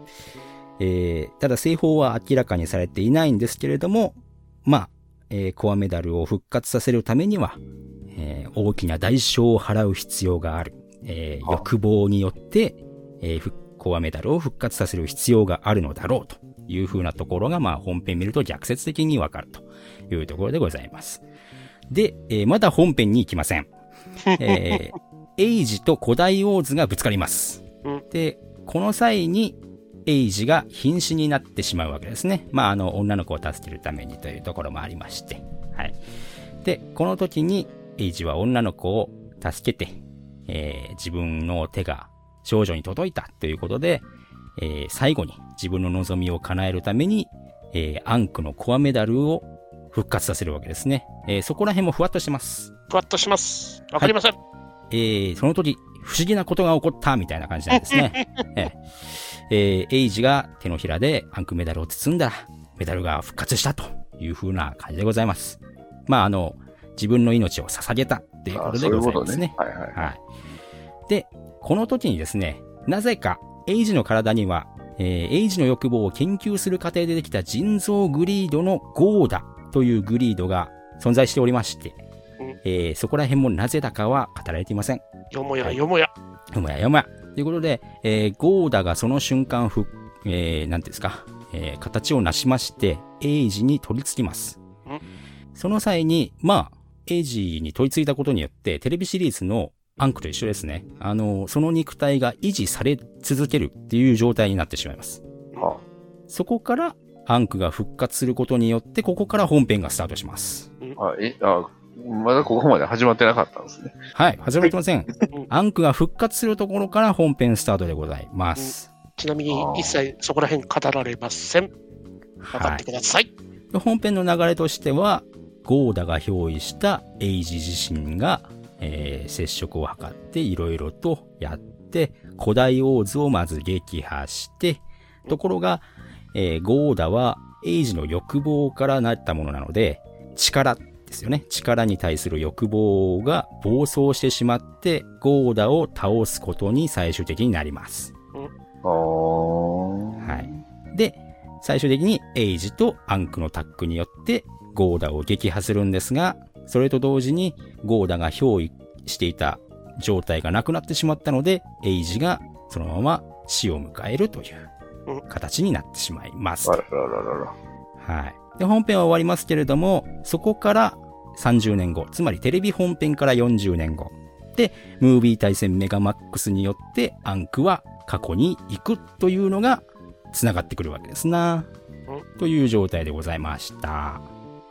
えーただ、製法は明らかにされていないんですけれども、まあ、えーコアメダルを復活させるためには、えー大きな代償を払う必要がある。えーあ欲望によって、えー復コアメダルを復活させる必要があるのだろうというふうなところが、まあ、本編見ると逆説的にわかるというところでございます。で、えーまだ本編に行きま せん。えーエイジと古代王子がぶつかりますうん。で、この際に、エイジが瀕死になってしまうわけですね。まあ、あの、女の子を助けるためにというところもありまして。はい。で、この時に、エイジは女の子を助けて、えー自分の手が少女に届いたということで、えー最後に自分の望みを叶えるために、えーアンクのコアメダルを復活させるわけですね。えーそこら辺もふわっとしてます。ふわっとします。わかりません。えーその時、不思議なことが起こった、みたいな感じなんですね。えええーエイジが手のひらでアンクメダルを包んだら、メダルが復活したという風な感じでございます。まあ、あの、自分の命を捧げたっていうこあとそでういごうこざいまとすねね。。はいはい。はい。で、この時にですね、なぜか、エイジの体には、えーエイジの欲望を研究する過程でできた人造グリードのゴーダというグリードが存在しておりましてうん、えーそこら辺もなぜだかは語られていません。よもやよもや。よもやよもや。ということで、えーゴーダがその瞬間ふ、えー、なんていうんですか、えー形を成しまして、エイジに取り付きますん。その際に、まあ、エイジに取り付いたことによって、テレビシリーズのアンクと一緒ですね。あの、その肉体が維持され続けるっていう状態になってしまいます。はそこから、アンクが復活することによって、ここから本編がスタートします。あ、え、あ、まだここまで始まってなかったんですね。はい、始まってませんうん。アンクが復活するところから本編スタートでございます。ちなみにあー一切そこら辺語られません。分かはってい。ください。で本編の流れとしては、ゴーダが憑依したエイジ自身が、えー接触を図っていろいろとやって、古代王図をまず撃破して、ところが、えーゴーダはエイジの欲望からなったものなので、力ですよね。力に対する欲望が暴走してしまって、ゴーダを倒すことに最終的になります。あー。はい。で、最終的にエイジとアンクのタッグによってゴーダを撃破するんですが、それと同時にゴーダが憑依していた状態がなくなってしまったので、エイジがそのまま死を迎えるという形になってしまいます。あららららら。はい。で、本編は終わりますけれども、そこから30年後、つまりテレビ本編から40年後。で、ムービー対戦メガマックスによって、アンクは過去に行くというのが、繋がってくるわけですな。という状態でございました。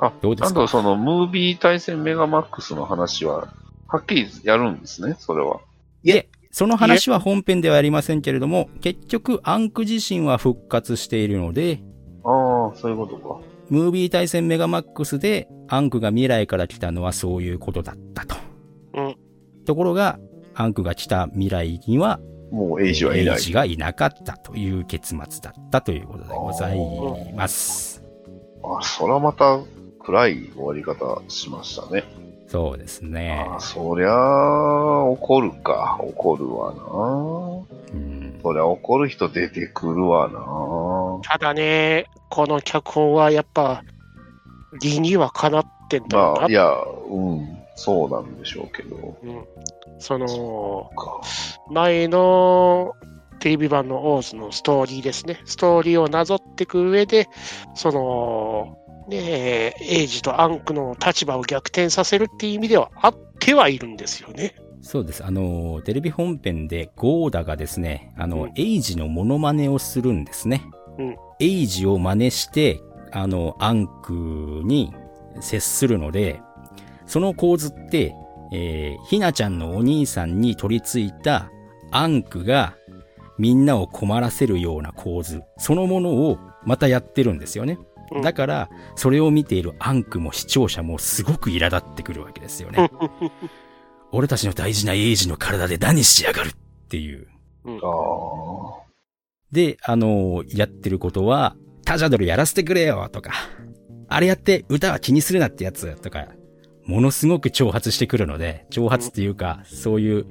あ、どうであすかとその、ムービー対戦メガマックスの話は、はっきりやるんですね、それは。で、その話は本編ではありませんけれども、結局、アンク自身は復活しているので、ああ、そういうことか。ムービー対戦メガマックスで、アンクが未来から来たのはそういうことだったと。うんところが、アンクが来た未来には、もうエイジはいなエいイ。ジがいなかったという結末だったということでございます。あ、そらまた暗い終わり方しましたね。そうですね。あそりゃあ、怒るか。怒るわな。うんそりゃ怒る人出てくるわな。ただね、この脚本はやっぱ、理にはかなってんだろうまなあ、いや、うん、そうなんでしょうけど。うん、その、か前のテレビ版のオーズのストーリーですね。ストーリーをなぞっていく上で、その、ねえ、エイジとアンクの立場を逆転させるっていう意味ではあってはいるんですよね。そうです。あの、テレビ本編でゴーダがですね、あの、うんエイジのモノマネをするんですね。うんエイジを真似して、あの、アンクに接するので、その構図って、えーひなちゃんのお兄さんに取り付いたアンクがみんなを困らせるような構図、そのものをまたやってるんですよね。うんだから、それを見ているアンクも視聴者もすごく苛立ってくるわけですよね。俺たちの大事なエイジの体で何しやがるっていう。ああ。で、あのやってることは、タジャドルやらせてくれよとか、あれやって歌は気にするなってやつとか、ものすごく挑発してくるので、挑発っていうか、そういう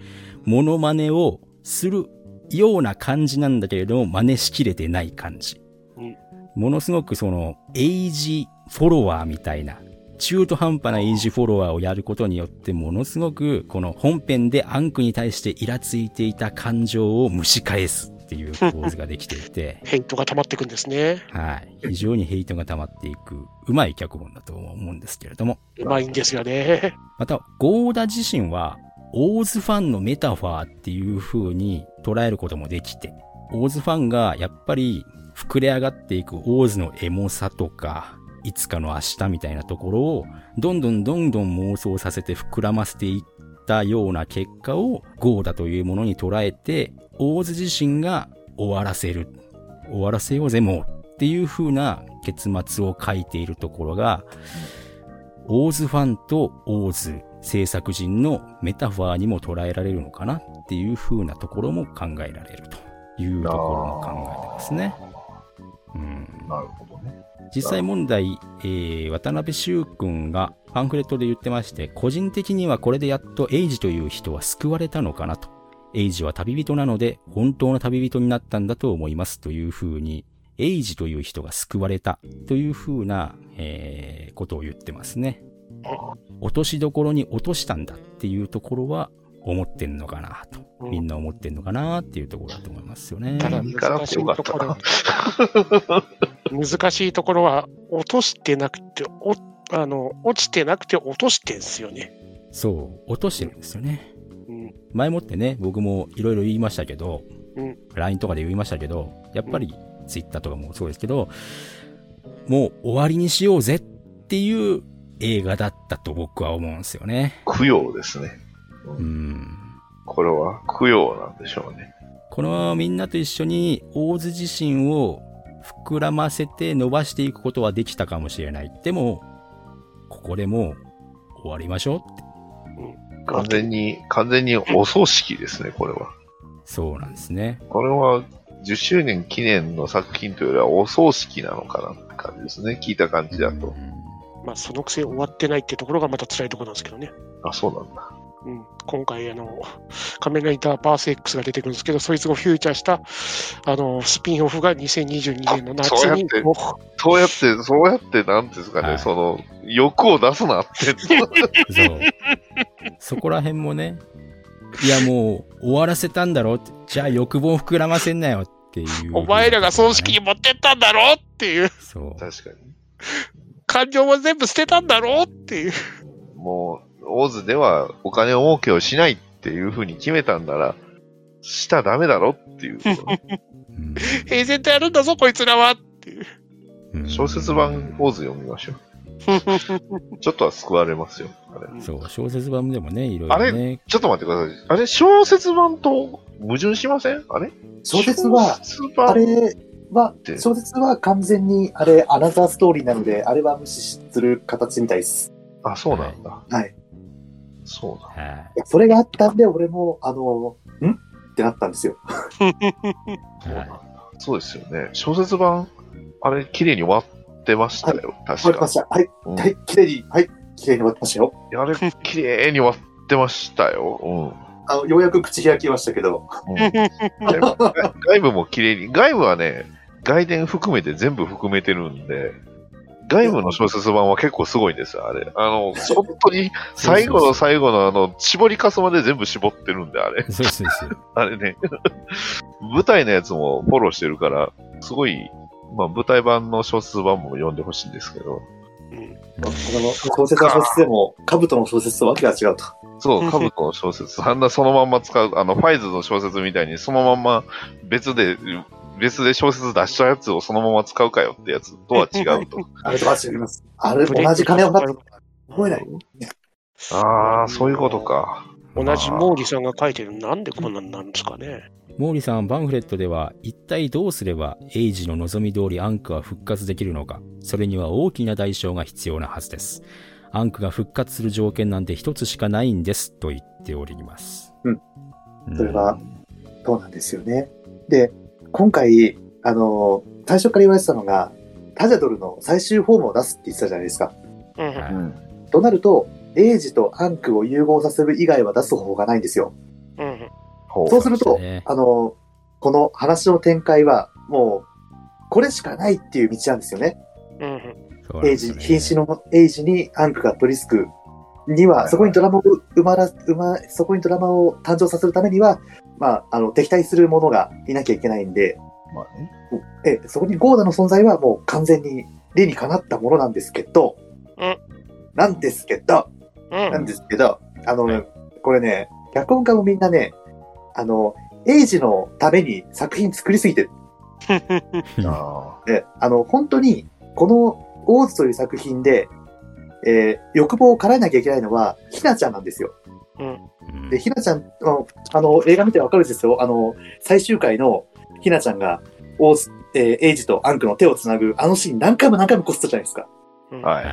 モノマネをするような感じなんだけれども、真似しきれてない感じうん。ものすごくその、エイジフォロワーみたいな、中途半端なエイジフォロワーをやることによって、ものすごく、この本編でアンクに対してイラついていた感情を蒸し返すっていう構図ができていて、 ヘイトが溜まっていくんですね。はい。非常にヘイトが溜まっていく、うまい脚本だと思うんですけれども。うまいんですよね。また、ゴーダ自身は、オーズファンのメタファーっていう風に捉えることもできて、オーズファンがやっぱり膨れ上がっていくオーズのエモさとか、いつかの明日みたいなところを、どんどんどんどん妄想させて膨らませていったような結果を、ゴーダというものに捉えて、オーズ自身が終わらせる。終わらせようぜもうっていう風な結末を書いているところが、オーズファンとオーズ制作人のメタファーにも捉えられるのかなっていう風なところも考えられるというところも考えてますね。うん、なるほどね。実際問題、えー渡辺修君がパンフレットで言ってまして、個人的にはこれでやっとエイジという人は救われたのかなと。エイジは旅人なので、本当の旅人になったんだと思いますという風に、エイジという人が救われたという風な、えーことを言ってますね。落としどころに落としたんだっていうところは思ってんのかなと。みんな思ってんのかなっていうところだと思いますよね。ただ行かな難くしていよかっとたころな。、難しいところは、落としてなくて、おあの落ちてなくて落としてんすよね。そう、落としてるんですよね。うん、前もってね、僕もいろいろ言いましたけど、うん LINE とかで言いましたけど、やっぱり Twitter とかもそうですけど、もう終わりにしようぜっていう映画だったと僕は思うんですよね。供養ですね。うん。これは供養なんでしょうね。このままみんなと一緒に大津自身を膨らませて伸ばしていくことはできたかもしれない。でも、ここでもう終わりましょうって。完全に、完全にお葬式ですね、これは。そうなんですね。これは10周年記念の作品というよりはお葬式なのかなって感じですね。聞いた感じだうと。んまあ、そのくせ終わってないってところがまた辛いところなんですけどね。あ、そうなんだ。うん、今回あの、仮面ライダーバース X が出てくるんですけど、そいつをフューチャーしたあのスピンオフが2022年の夏そうやにってもそうやって、そうやって、なんていうんですかね、はいその、欲を出すなって。そう。そこら辺もね、いやもう終わらせたんだろって、じゃあ欲望膨らませんなよっていう。お前らが葬式に持ってったんだろうっていう、そう。確かに。感情も全部捨てたんだろうっていう。もう、オーズではお金儲けをしないっていうふうに決めたんなら、しちゃダメだろって いう。 うん平然とやるんだぞ、こいつらはっていう。うん小説版オーズ読みましょう。ちょっとは救われますよ。あれそう、小説版でもね、いろいろね。ちょっと待ってください。あれ、小説版と矛盾しませんあれ小説は、小説あ版れはて、小説は完全に、あれ、アナザーストーリーなので、あれは無視する形みたいです。あ、そうなんだ。はい。そうなんだ。はいそれがあったんで、俺も、あの、んってなったんですよ。そうい。なはんいだそうですよね。小説版、あれ、綺麗に終わってましたよ。終わ確りまかし。た。はい、うんはい、綺麗に、はい、綺麗に終わってましたよ。あれ、綺麗に終わってましたよ。うん。あの、ようやく口開きましたけど、うんでもが外部も綺麗に、外部はね、外伝含めて全部含めてるんで、外部の小説版は結構すごいんですよ、あれ。あの、本当に最後の最後のあの、絞りかすまで全部絞ってるんで、あれ。そうそうそう。 あれね。舞台のやつもフォローしてるから、すごい、まあ舞台版の小説版も読んでほしいんですけど、この小説は小説でも、兜の小説とわけが違うと。そう、カブトの小説、あんなそのまんま使う、あの、ファイズの小説みたいに、そのまんま別で、別で小説出したやつをそのまま使うかよってやつとは違うと。あれと間違います。あれ、同じ金をなって覚えない。ああ、そういうことか。同じ毛利さんが書いてるのなんでこんなんなんですかね。毛利さん、パンフレットでは、一体どうすれば、エイジの望み通りアンクは復活できるのか、それには大きな代償が必要なはずです。アンクが復活する条件なんて一つしかないんです、と言っております。うんうん。それはそうなんですよね。で、今回、あの、最初から言われてたのが、タジャドルの最終フォームを出すって言ってたじゃないですか。うんはうん。となると、エイジとアンクを融合させる以外は出す方法がないんですよ。うんほうそうすると、ねあの、この話の展開は、もう、これしかないっていう道なんですよね。うんうんそうなんエイですジ、よね瀕死のエイジにアンクが取り付くはにいはは、いそこにドラマを生まら、生ま、そこにドラマを誕生させるためには、まあ、あの、敵対する者がいなきゃいけないんで、まあね。え、そこにゴーダの存在はもう完全に理にかなったものなんですけど、うんなんですけど、うん なんですけど、あの、これね、脚本家もみんなね、あの、エイジのために作品作りすぎてるあで、あの、本当に、この、オーズという作品で、えー欲望を叶えなきゃいけないのは、ひなちゃんなんですよ。うんで、ひなちゃん、あの、あの映画見てわかるんですよ。あの、最終回のひなちゃんが、オーズ、えーエイジとアンクの手をつなぐ、あのシーン何回も何回もこすったじゃないですか。うんあ。はいい。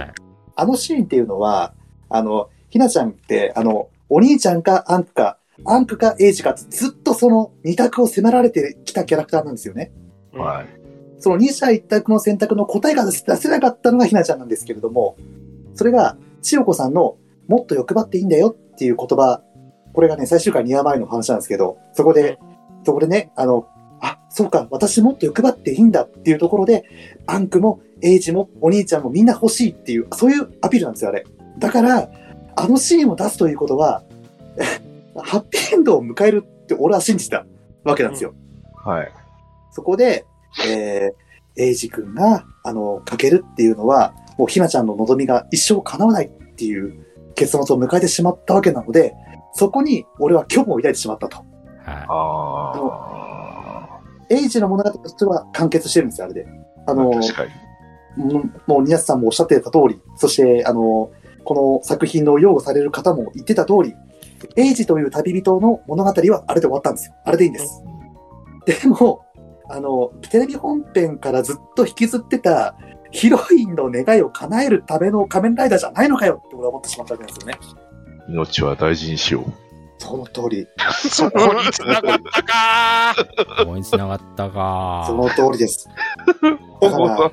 あのシーンっていうのは、あの、ひなちゃんって、あの、お兄ちゃんかアンクか、アンクかエイジかってずっとその二択を迫られてきたキャラクターなんですよね。うんはい。その二者一択の選択の答えが出せなかったのがひなちゃんなんですけれども、それが、千代子さんの、もっと欲張っていいんだよっていう言葉、これがね、最終回2話前の話なんですけど、そこで、そこでね、あの、あ、そうか、私もっと欲張っていいんだっていうところで、アンクも、エイジも、お兄ちゃんもみんな欲しいっていう、そういうアピールなんですよ、あれ。だから、あのシーンを出すということは、 ハッピーエンドを迎えるって俺は信じたわけなんですよ。はい。そこで、えー、エイジ君が、あの、かけるっていうのは、もうひなちゃんの望みが一生叶わないっていう結末を迎えてしまったわけなので、そこに俺は虚無を抱いてしまったと。はいあエイジの物語としては完結してるんですよ、あれで。ああ。の、確かに。ももう皆さんもおっしゃってた通り、そして、あの、この作品の擁護される方も言ってた通り、エイジという旅人の物語はあれで終わったんですよ。あれでいいんです。でも、あの、テレビ本編からずっと引きずってたヒロインの願いを叶えるための仮面ライダーじゃないのかよって俺は思ってしまったわけなんですよね。命は大事にしよう。その通り、そこに繋がったかー。 ここに繋がったか。その通りです。 だから、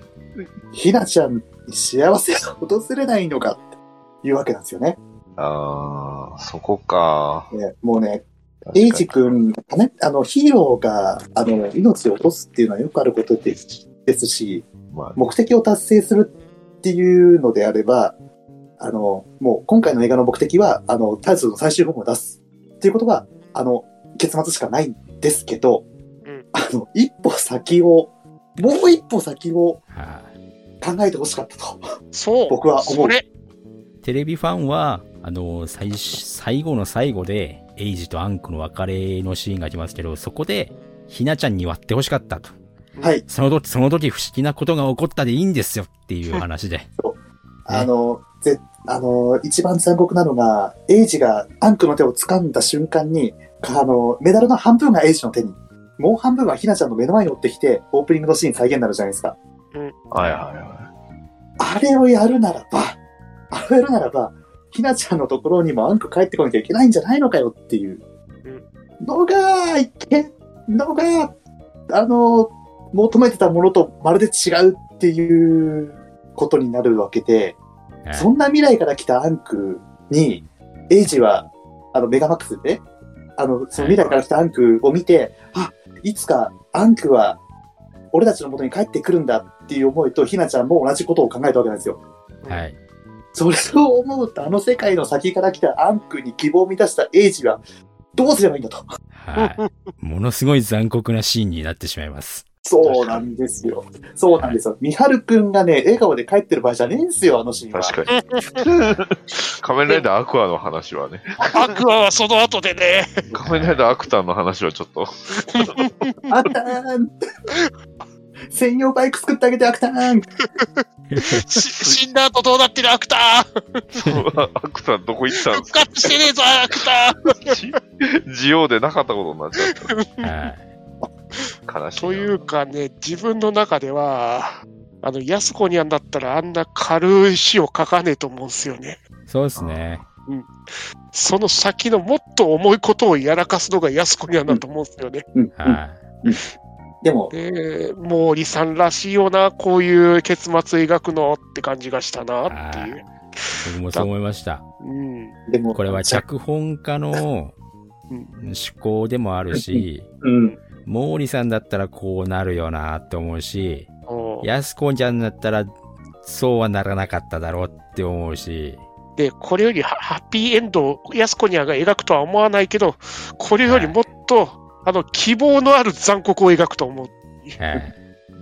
ひなちゃんに幸せが訪れないのかっていうわけなんですよね。ああ、そこか。ねもうね、確かにエイジ君、ね、あの、ヒーローが、あの、命を落とすっていうのはよくあることでですし、ま目的を達成するっていうのであれば、あの、もう今回の映画の目的は、あの、タイトルの最終本を出すっていうことが、あの、結末しかないんですけど、うんあの、一歩先を、もう一歩先をは考えてほしかったと。そう。僕は思うそれ。いテレビファンは、あの、最、最後の最後で、エイジとアンクの別れのシーンが来ますけど、そこで、ひなちゃんに割ってほしかったと。はい。その時、その時不思議なことが起こったでいいんですよっていう話 で。あの、ぜ、あの、一番残酷なのが、エイジがアンクの手を掴んだ瞬間に、あの、メダルの半分がエイジの手に、もう半分はひなちゃんの目の前に追ってきて、オープニングのシーン再現になるじゃないですか。あ、はいはいはあれをやるならば、あれをやるならば、ひなちゃんのところにもアンク帰ってこなきゃいけないんじゃないのかよっていうのが、いけ、のが、あの、求めてたものとまるで違うっていうことになるわけで、はいそんな未来から来たアンクに、エイジは、あの、メガマックスでね、あの、その未来から来たアンクを見て、あ、いつかアンクは、俺たちの元に帰ってくるんだっていう思いと、ひなちゃんも同じことを考えたわけなんですよ。はい。それを思うと、あの世界の先から来たアンクに希望を満たしたエイジは、どうすればいいんだと。はい。ものすごい残酷なシーンになってしまいます。そうなんですよ。そうなんですよ。みはるくんがね、笑顔で帰ってる場合じゃねえんすよ、あのシーンい。は。確かに。 仮面ライダーアクアの話は ね。アクアはその後でね。仮面ライダーアクターの話はちょっ と。アクターン専用バイク作ってあげて、アクターンし死んだ後どうなってるアクター。アクターどこ行ったんで復活してねえぞ、アクター。すかジオでなかったことになっちゃっはい。た。悲しいな。というかね、自分の中では、あの、安子にゃんだったらあんな軽い詩を書かねえと思うんですよね。そうですね。その先のもっと重いことをやらかすのが安子にゃんだと思うんですよね。うんうんはでも、で、毛利さんらしいよな、こういう結末描くのって感じがしたなっていう。い。僕もそう思いました。うん。でも、これはじゃ脚本家の趣向でもあるし、うん。毛利さんだったらこうなるよなって思うし、お安子ちゃんだったらそうはならなかっただろうって思う し、で、これよりハハッピーエンドを安子にゃが描くとは思わないけど、これよりもっと、あの、希望のある残酷を描くと思う。はい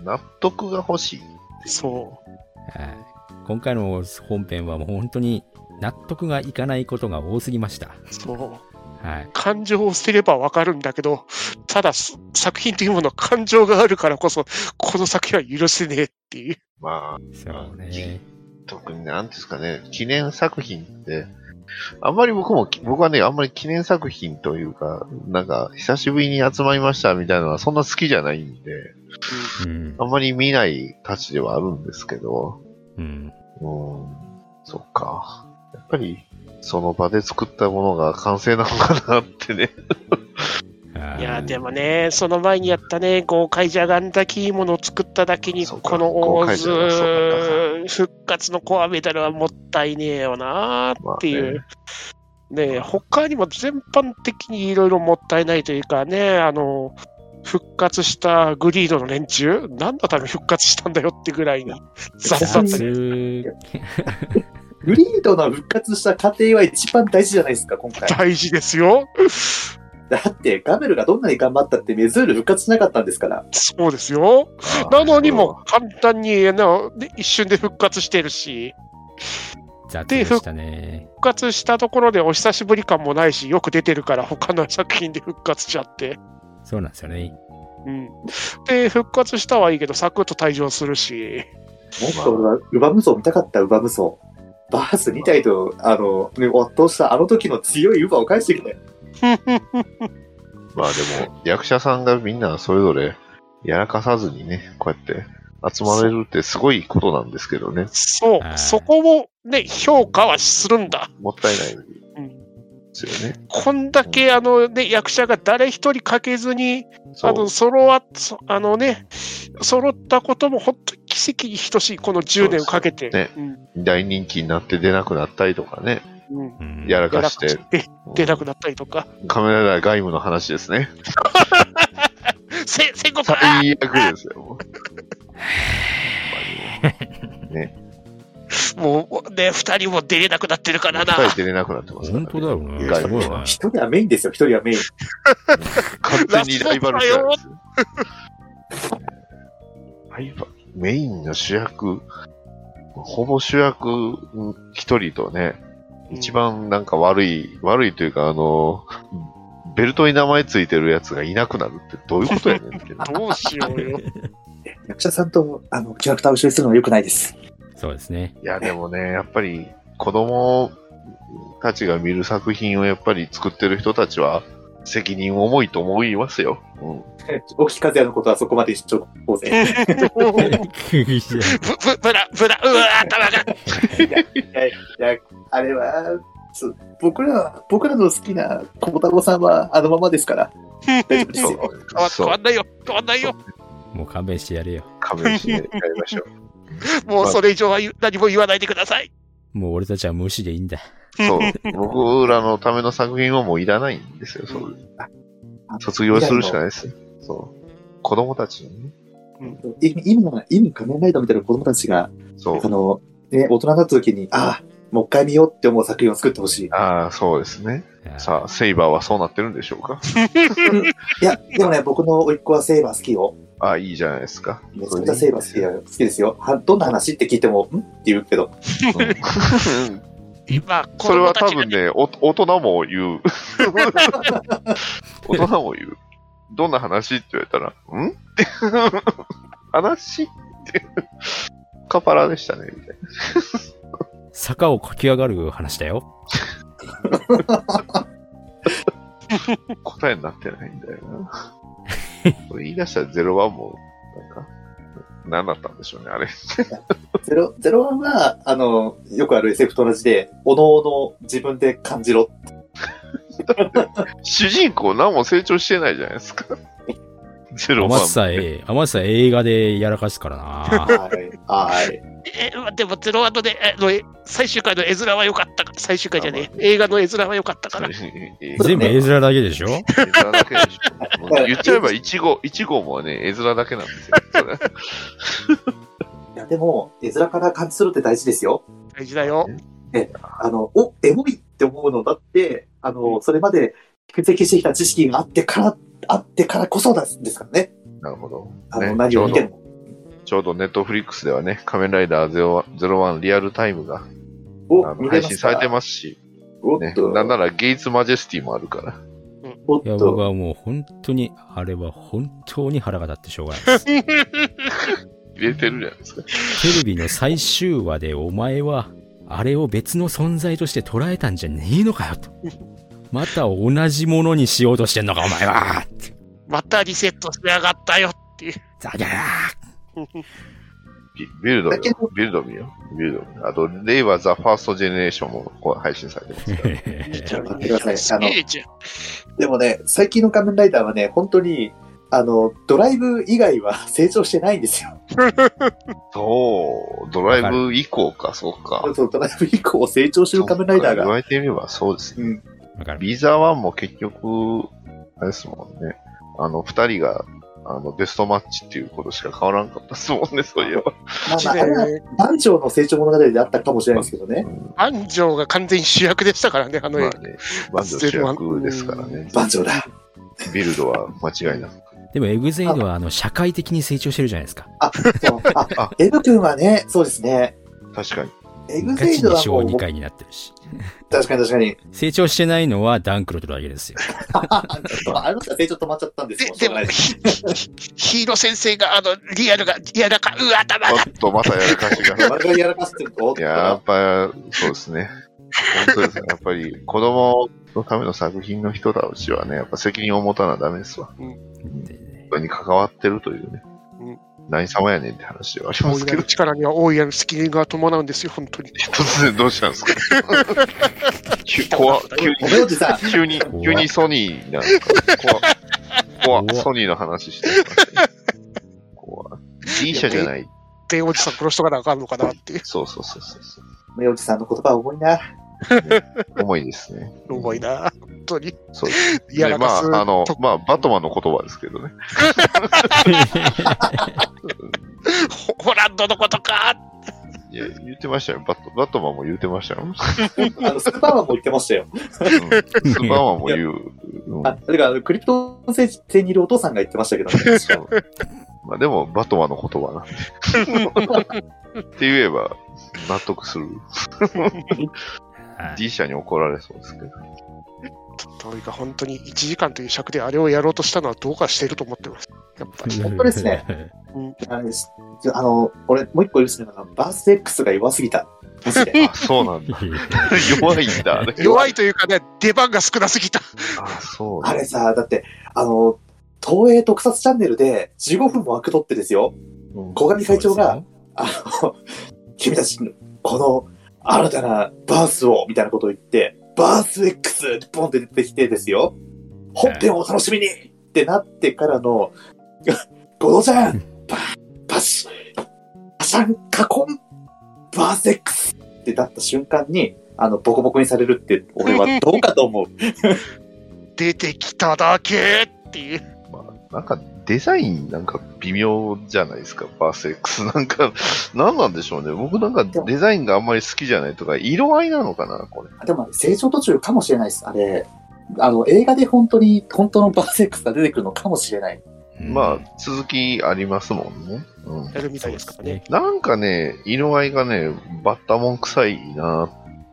納得が欲しい。そう。はい今回の本編はもう本当に納得がいかないことが多すぎました。そう。はい。感情を捨てればわかるんだけど、ただす作品というものは感情があるからこそ、この作品は許せねえっていう。まあ、そうね。特になんていうんですかね、記念作品って、あんまり僕も、僕はね、あんまり記念作品というか、なんか、久しぶりに集まりましたみたいなのはそんな好きじゃないんで、うん。あんまり見ないたちではあるんですけど、うん。うん、そっか。やっぱり、その場で作ったものが完成なのかなって ね。いやー、でも。もね、その前にやったね、豪快じゃがんだきいいものを作っただけに、そうかこの豪大快じゃがそう津復活のコアメダルはもったいねえよなーっていう。ねえ他にも全般的にいろいろもったいないというかね、あの、復活したグリードの連中、何のために復活したんだよってぐらいに、雑だったね。雑グリードの復活した過程は一番大事じゃないですか、今回。大事ですよ。だって、ガメルがどんなに頑張ったって、メズール復活しなかったんですから。そうですよ。なのにもあ簡単に、なね一瞬で復活してるし、雑でしたね。復活したところでお久しぶり感もないし、よく出てるから他の作品で復活しちゃって。そうなんですよね。うん、で、復活したはいいけど、サクッと退場するし、もっと俺は、ウバ無双見たかった、ウバ無双。バース2体と、あの、ね、圧倒したあの時の強いウバを返してきて。まあでも、役者さんがみんなそれぞれやらかさずにね、こうやって集まれるってすごいことなんですけどね。そうは、いそこをね、評価はするんだ。もったいないでうんすよね。こんだけあの、ね、役者が誰一人欠けずに、そあうの、揃わ、そあのね、揃ったことも本当に奇跡に等しい、この10年をかけて。そうですうん大人気になって出なくなったりとかね。うんうんやらかし出てな。くて出なくなったりとか、カメララ外務の話ですね。せ戦国あ最悪ですよ。もうーもうね、2人も出れなくなってるからな。二人出れなくなってますから本ね当だよね。外すご務いね。一人はメインですよ、一人はメイン。完全にライバル視なんですよ。 ライバルメインの主役、ほぼ主役一人とね、一番なんか悪い、悪いというか、あの、ベルトに名前ついてるやつがいなくなるってどういうことやねん って。どうしようよ。役者さんと、あの、キャラクターを一緒にするのは良くないです。そうで すね。いや、でもね、やっぱり子供たちが見る作品をやっぱり作ってる人たちは責任重いと思いますよ。うん沖和也のことはそこまで一緒構成。いぶ、ぶ、ぶら、ぶら、うわ、頭が。や、あれは、そう僕ら、僕らの好きな小太郎さんはあのままですから。大丈夫ですそうよ。変わ変そわうんないよ、変わんないよ。もう勘弁してやれよ。仮面してやりましょう。もうそれ以上は言う何も言わないでください。もう俺たちは無視でいいんだ。 そう。僕らのための作品はもういらないんですよ。そう卒業するしかないですよ。そう。子供たちにね。い今、今仮面ライダーみたいな子供たちが、そうあ。の、ね、大人になった時に、ああ、もう一回見ようって思う作品を作ってほしい。ああ、そうですね。さあ、セイバーはそうなってるんでしょうかいや、でもね、僕の甥っ子はセイバー好きよ。ああ、いいじゃないですか。めちゃくちゃセイバー好きよ好きですよ。はどんな話って聞いても、んって言うけど。うん 今、子それは供た多ちが分ね、ね、お大人も言う。 大人も言う。どんな話って言われたら、んって話って。カパラでしたね、みたいな。坂を駆け上がる話だよ。答えになってないんだよな。 これ言い出したらゼロワンも、なんか、何だったんでしょうね、あれ。ゼロ、ゼロワンは、あの、よくある SF と同じで、おのおの自分で感じろ。主人公何も成長してないじゃないですか。 ゼロ甘 ワン。さえ、甘さ映画でやらかすからな。 はい。はい。えーでもゼロワンのね、えーのえ最終回の絵面は良かったから、最終回じゃねえ、映画の絵面は良かったから、全部絵面だけでしょ絵面だけでしょ。もう言っちゃえば、一号、一号もね、絵面だけなんですよ。それいや、でも、絵面から感じするって大事ですよ。大事だよ。あの、お、エモいって思うのだって、あの、それまで蓄積してきた知識があってから、あってからこそですですからね。 なるほど。あの、ね何を見ても。ちょうどネットフリックスではね、仮面ライダーゼロワンゼロワンリアルタイムがあお、の見配れま信すさかれてますし、おっね、と、なんならゲイツマジェスティもあるから。おっいや、僕と、はもう本当に、あれは本当に腹が立ってしょうがないです。入れてるじゃないですか。テレビの最終話でお前は、あれを別の存在として捉えたんじゃねえのかよと。また同じものにしようとしてんのか、お前はってまたリセットしやがったよっていう。ざけんなビビルドだけどビルドミよ。ビルドミ。あと、レイはザ・ファースト・ジェネレーションもこう配信されてますから。いい じゃん待ってくださいすげえじゃん。でもね、最近の仮面ライダーはね、本当に、あの、ドライブ以外は 成長してないんですよ。そう、ドライブ以降か、そうか。そうドライブ以降成長してる仮面ライダそーうか言わが。れてみればそうですね。うん。わかる。ビザワンも結局、あれですもんね。あの、二人が、あの、ベストマッチっていうことしか変わらんかったですも んね、そういえば。まあまあ、あれは番長の成長物語であったかもしれないですけどね。安城が完全に主役でしたからね、あのま映あね、バンド主役ですからね。番長だ。ビルドは間違いなく。でも、エグゼイドは、あの、社会的に成長してるじゃないですか。そうああ、エブ君はね、そうですね。確かに。エグガゼイチドではも小う、 2回になってるし。確かに確かに。成長してないのは、ダンクロとだけですよ。あの人は成長止まっちゃったんですでよ。しょでうもがない、ヒヒーロー先生が、あの、リアルが嫌だか、うわ、頭おがっ。と、またやらかしが。丸がやらかしてると、おっいとや、やっぱ、そうです ね。本当ですね。やっぱり、子供のための作品の人たちはね、やっぱ責任を持たなダメですわ。で人に関わってるというねうん。何様やねんって話ではありま大すいけなどる、力には大いなる責任が伴うんですよ、本当に。突然どうしたんですか急 怖急にごめんおじさん。急に、急にソニーなんか、怖っ怖っ怖っソニーの話してましたね。怖っ G 社じゃない。電おじさん殺しとかなあかんのかなっていうそうそうそうそうそごめんおじさんの言葉は重いな。う。重いですね。思いな、本当に。そうですね。やでらまかすあ、あのと、まあ、バトマンの言葉ですけどね。ホホランドのことかいや、言ってましたよ。バット、バットマンも言ってましたよ。うんあの、スーパーマンも言ってましたよ。スーパーマンも言う。うんあ、だからあの、クリプトン星星にいるお父さんが言ってましたけどね。まあ、でも、バットマンの言葉なんで。って言えば、納得する。はい D 社に怒られそうですけど。どういうか本当に1時間という尺であれをやろうとしたのはどうかしてると思ってます。やっぱり。本当ですね。あれですあの、俺、もう一個許すのが、バースデックスが弱すぎた。マジ で。あ、そうなん だ。弱いんだ、あれ。弱いというかね、出番が少なすぎた。あ、そうなんあだれさ、だって、あの、東映特撮チャンネルで15分も枠取ってですよ。うん小上会長が、そうあの、君たちの、この新たなバースを、みたいなことを言って、バース X ってポンって出てきてですよ。本編をお楽しみにってなってからの、ゴドちゃんパパシパシャンカコンバース X ってなった瞬間に、あの、ボコボコにされるって、俺はどうかと思う。出てきただけっていう。なんかデザインなんか微妙じゃないですか、バース X。なんか、何なんでしょうね。僕なんかデザインがあんまり好きじゃないとか、色合いなのかな、これ。 でもね、成長途中かもしれないです。あれ、あの、映画で本当に、本当のバース X が出てくるのかもしれない。うんまあ、続きありますもんね。うん。やるみたいですからね。なんかね、色合いがね、バッタモン臭いなっ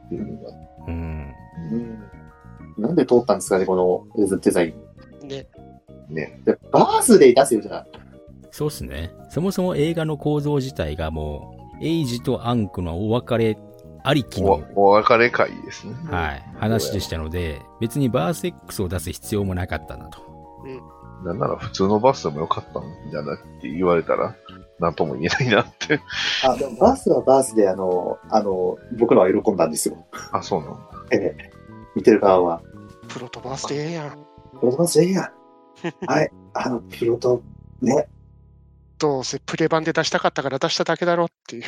ていうのが。うん。うんなんで通ったんですかね、このデザイン。ね。でバースデー出せよ、じゃあ。そうっすね。そもそも映画の構造自体がもう、エイジとアンクのお別れありきの、おお別れ会ですね。はい、話でしたので、別にバース X を出す必要もなかったな と。なんなら普通のバスでもよかったんじゃないって言われたら、なんとも言えないなって。 あ、でもバースはバースで、あの、あの、僕らは喜んだんですよ。あ、そうなのええ。見てる側は。プロとバースでええやん。 プロトバースでいいや。はい。あの、プロト、ね。どうせプレ版で出したかったから出しただけだろっていう。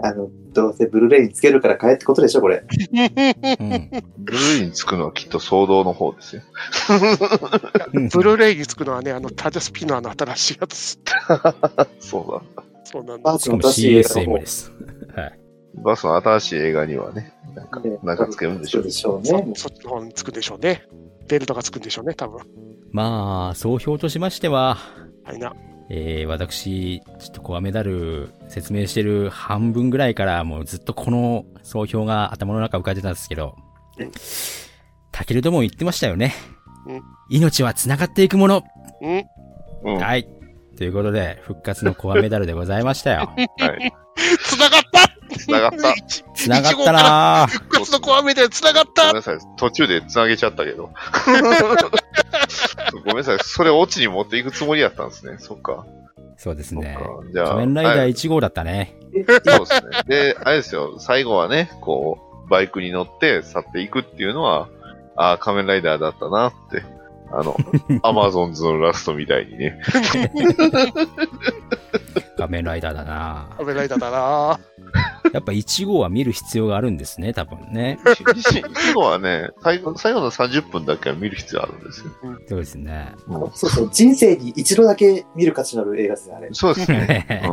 あの、どうせブルーレイにつけるから買えってことでしょ、これ。うん。ブルーリーにつくのはきっと騒動の方ですよ。ブルーレイにつくのはね、あの、タジャスピナーの新しいやつ。そうそうなんだ。バーしスかのも CSM 新しい映画の方です。はい。だ。バスの新しい映画にはね、なんか、ねなんかつけるんでしょそうでしょうそね。そっちの方につくんでしょうね。ベルトがつくんでしょうね、多分。まあ、総評としましては、はいな。えー、私、ちょっとコアメダル説明してる半分ぐらいからもうずっとこの総評が頭の中浮かんでたんですけど、タケルども言ってましたよねうん。命は繋がっていくもの、うん。うん。 ははい。ということで、復活のコアメダルでございました よ。い。繋がった繋がった。繋がったなぁ。復活のコアメダル繋がっごめんたなさい。途中で繋げちゃったけど。 ごめんなさい。それオチに持っていくつもりやったんですね。そっか。そうですそっね。か。じゃあ。仮面ライダはーい1号だったね。そうですね。で、あれですよ。最後はね、こう、バイクに乗って去っていくっていうのは、ああ、仮面ライダーだったなって。あ の、アマゾンズのラストみたいにね。仮面ライダーだなコアメライダーだなやっぱ1号は見る必要があるんですね、多分ね。最後はね、最後最後の30分だけは見る必要あるんですよ。そうです ね。うんそうそう、人生に一度だけ見る価値のある映画ですね、あれ。そうです ね。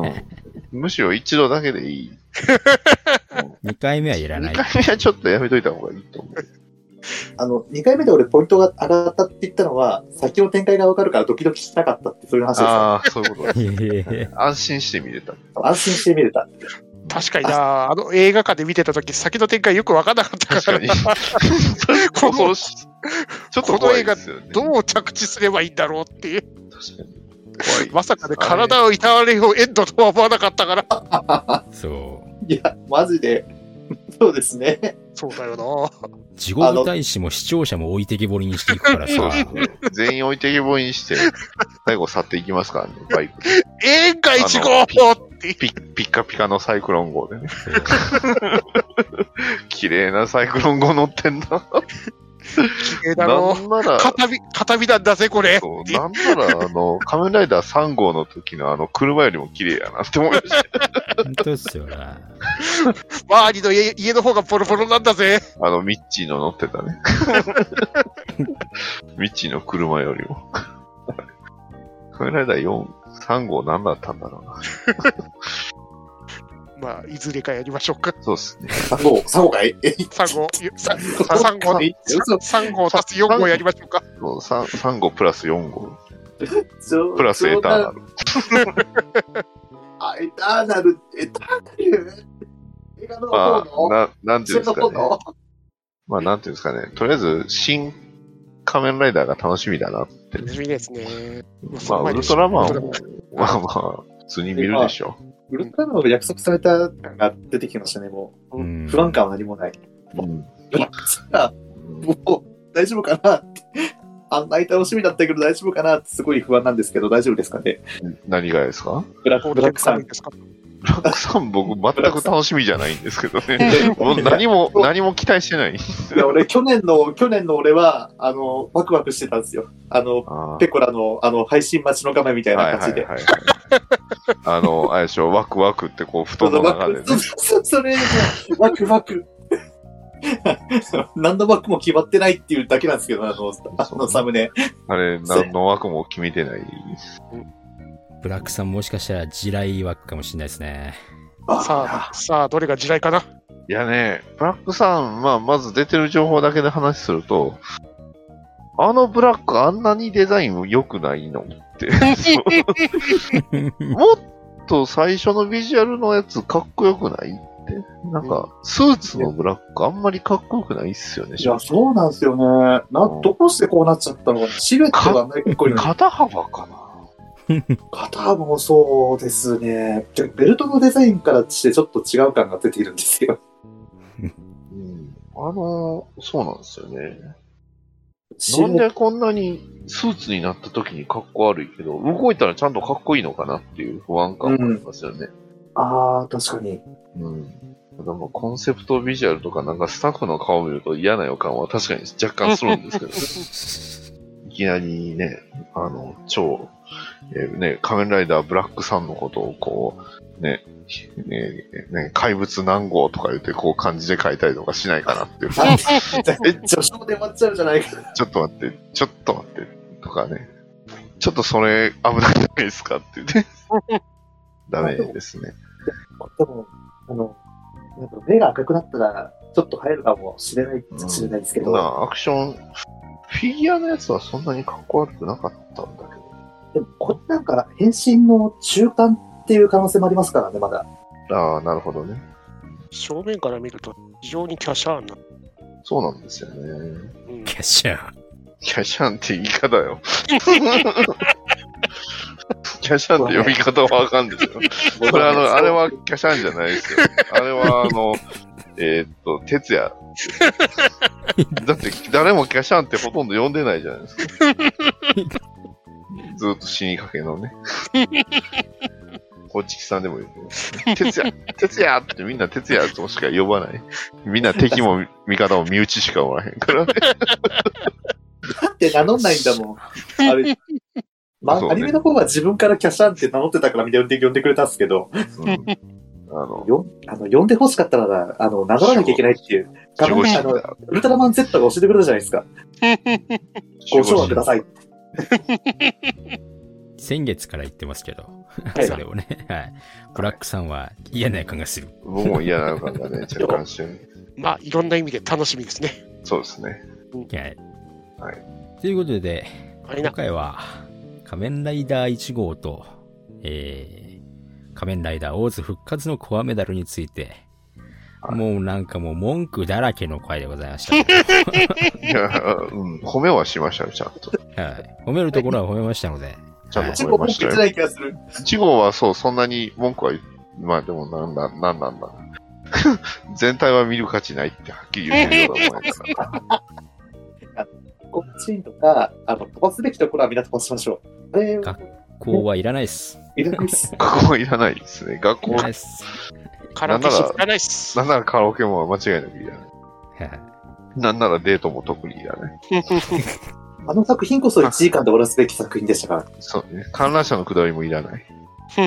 うん、むしろ一度だけでいい。 2回目はいらな2い。回目はちょっとやめといた方がいいと思う。あの、2回目で俺ポイントが上がったって言ったのは、先の展開がわかるからドキドキしなかったって、そういう話ですよ。ああ、そういうことです。いえいえいえ安心して見れた。安心して見れた。確かになあの映画館で見てた時先の展開よく分かんなかった確かからに。な この、ちょっと怖いですよね。うどう着地すればいいんだろうっていう確かに。怖い。まさかね体をいたわれようエンドとは思わなかったから そう。いや、マジで。 そうですね。そうだよ地獄大使も視聴者も置いてけぼりにしていくからそうさ で。すね。全員置いてけぼりにして、最後去っていきますからね、バイク。な映画一あ号のってピッ、ピッカピカのサイクロン号でね。 綺麗なサイクロン号乗ってんな。綺麗だなろんなら、片身片身なんだぜこれそうっていうなんなら、あの、仮面ライダー3号の時のあの、車よりも綺麗やなって思いま した。本当ですよな。周りの家家の方がボロボロなんだぜあの、ミッチーの乗ってたね。 ミッチーの車よりも。 仮面ライダー4、3号何だったんだろうな。まあいずれかやりましょうかそうですね。 3号、3号かいえ3号さ3号嘘3号足す4号やりましょうかそう 3, 3号プラス4号。冗プラスエターナル。あ、エターナル、エターナル映画のまあ、方のななんていうんですかそのね。方のまあ、なんていうんですかね。とりあえず、新仮面ライダーが楽しみだなって。楽しみですねまあ、ウルトラマンもウルト、まあまあ、普通に見るでしょ。ウルトラマンの約束された感が出てきましたね、もうう。ん不安感は何もない。うんブラックスターもう大丈夫かなって。あんなに楽しみだったけど大丈夫かなってすごい不安なんですけど、大丈夫ですかね。何がですかブラッゴーク、ルブデランックさカムイん。ですかブラックさん、僕、全く楽しみじゃないんですけどね。もう何も、何も期待してない。いや、俺、去年の、去年の俺は、あの、ワクワクしてたんですよ。あの、あーペコラの、あの、配信待ちの構えみたいはいなは感いじで。はいはい。あの、あれでしょ、ワクワクってこう、布そ団のう中でね。そうそれ、ワクワク。 何のワクも決まってないっていうだけなんですけど、あの、あのサムネ。あれ、何の枠も決めてない。ブラックさんもしかしたら地雷枠かもしれないですね。さあ、さあ、どれが地雷かないやね、ブラックさん、まあ、まず出てる情報だけで話すると、あのブラックあんなにデザイン良くないのって。もっと最初のビジュアルのやつかっこよくないって。なんか、スーツのブラックあんまりかっこよくないっすよね、い正や、直そうなんですよね。な、どうしてこうなっちゃったのかな。シルエットがね、結構いいのに。肩幅かな肩もそうですね。でベルトのデザインからしてちょっと違う感が出ているんですよ。うん。あの、そうなんですよね。シなんルエッでこんなにスーツになった時にかっこ悪いけど、動いたらちゃんとかっこいいのかなっていう不安感もありますよね。ト。ああ、確か に。 うん。ただまあコンセプトビジュアルとかなんかスタッフの顔を見ると嫌な予感は確かに若干するんですけど、いきなりね、あの、超えーね、仮面ライダーブラックさんのことをこう、ね、ひねね怪物何号とか言って、こう漢字で書いたりとかしないかなっ ていう。え、ちょ序章で終わっちゃうじゃないか。ちょっと待って、ちょっと待って、とかね。ちょっとそれ危ないじゃないですかって言って。ダメですね。でも、あの、なんか目が赤くなったら、ちょっと入るかもしれないかもしれないですけど、なあアクション、フィギュアのやつはそんなにかっこ悪くなかったんだけど。でもこれなんか変身の中間っていう可能性もありますからね、まだ。ああ、なるほどね。正面から見ると非常に華奢な。そうなんですよね。うんキャッシャー。キャシャンって言い方よ。キャシャンって呼び方はあかんですよ。これあの、あれはキャシャンじゃないですよ。あれはあの、えーっと、哲也。だって誰もキャシャンってほとんど呼んでないじゃないですか。ずっと死にかけのね。こっちきさんでも言う。哲也、哲也ってみんな哲也としか呼ばない。みんな敵も味方も身内しかおらへんからね。だって名乗んないんだもん。あれ、まそうねアニメの方は自分からキャシャンって名乗ってたからみんな呼んで呼んでくれたんですけど、うんあの、よあの呼んでほしかったら、あの、名乗らなきゃいけないっていう、守護仮面神あのだ。ウルトラマン Z が教えてくれたじゃないですか。ご賞はください。先月から言ってますけど、いそれをね、はい。ブラックさんは嫌な予感がする。僕も嫌な予感がね、若干してる。まあ、いろんな意味で楽しみですね。そうですね。 はい。はということで、あれ今な、回は、仮面ライダー1号と、えー、仮面ライダーオーズ復活のコアメダルについて、はいもうなんかもう文句だらけの回でございまし たけいや、うん、褒めはしましたよ、ちゃんと。ど。はい。褒めるところは褒めましたので、ちゃんはいと褒めましたよ。い気がする。一号はそう、そんなに文句は言う、まあでもなんだ、なんなんだ。 全体は見る価値ないってはっきり言ってるようなもんやから。こっちとか、あの、飛ばすべきところはみんな飛ばしましょう。あれ、学こうはいらないっす。いらないです。学校いらないですね。学い校ら、ないっす。空手知らないっすな。んならカラオケも間違いなくいらない。はい。なんならデートも特にいらない。あの作品こそ1時間で終わらすべき作品でし たから、そうね。観覧車のくだりもいらない。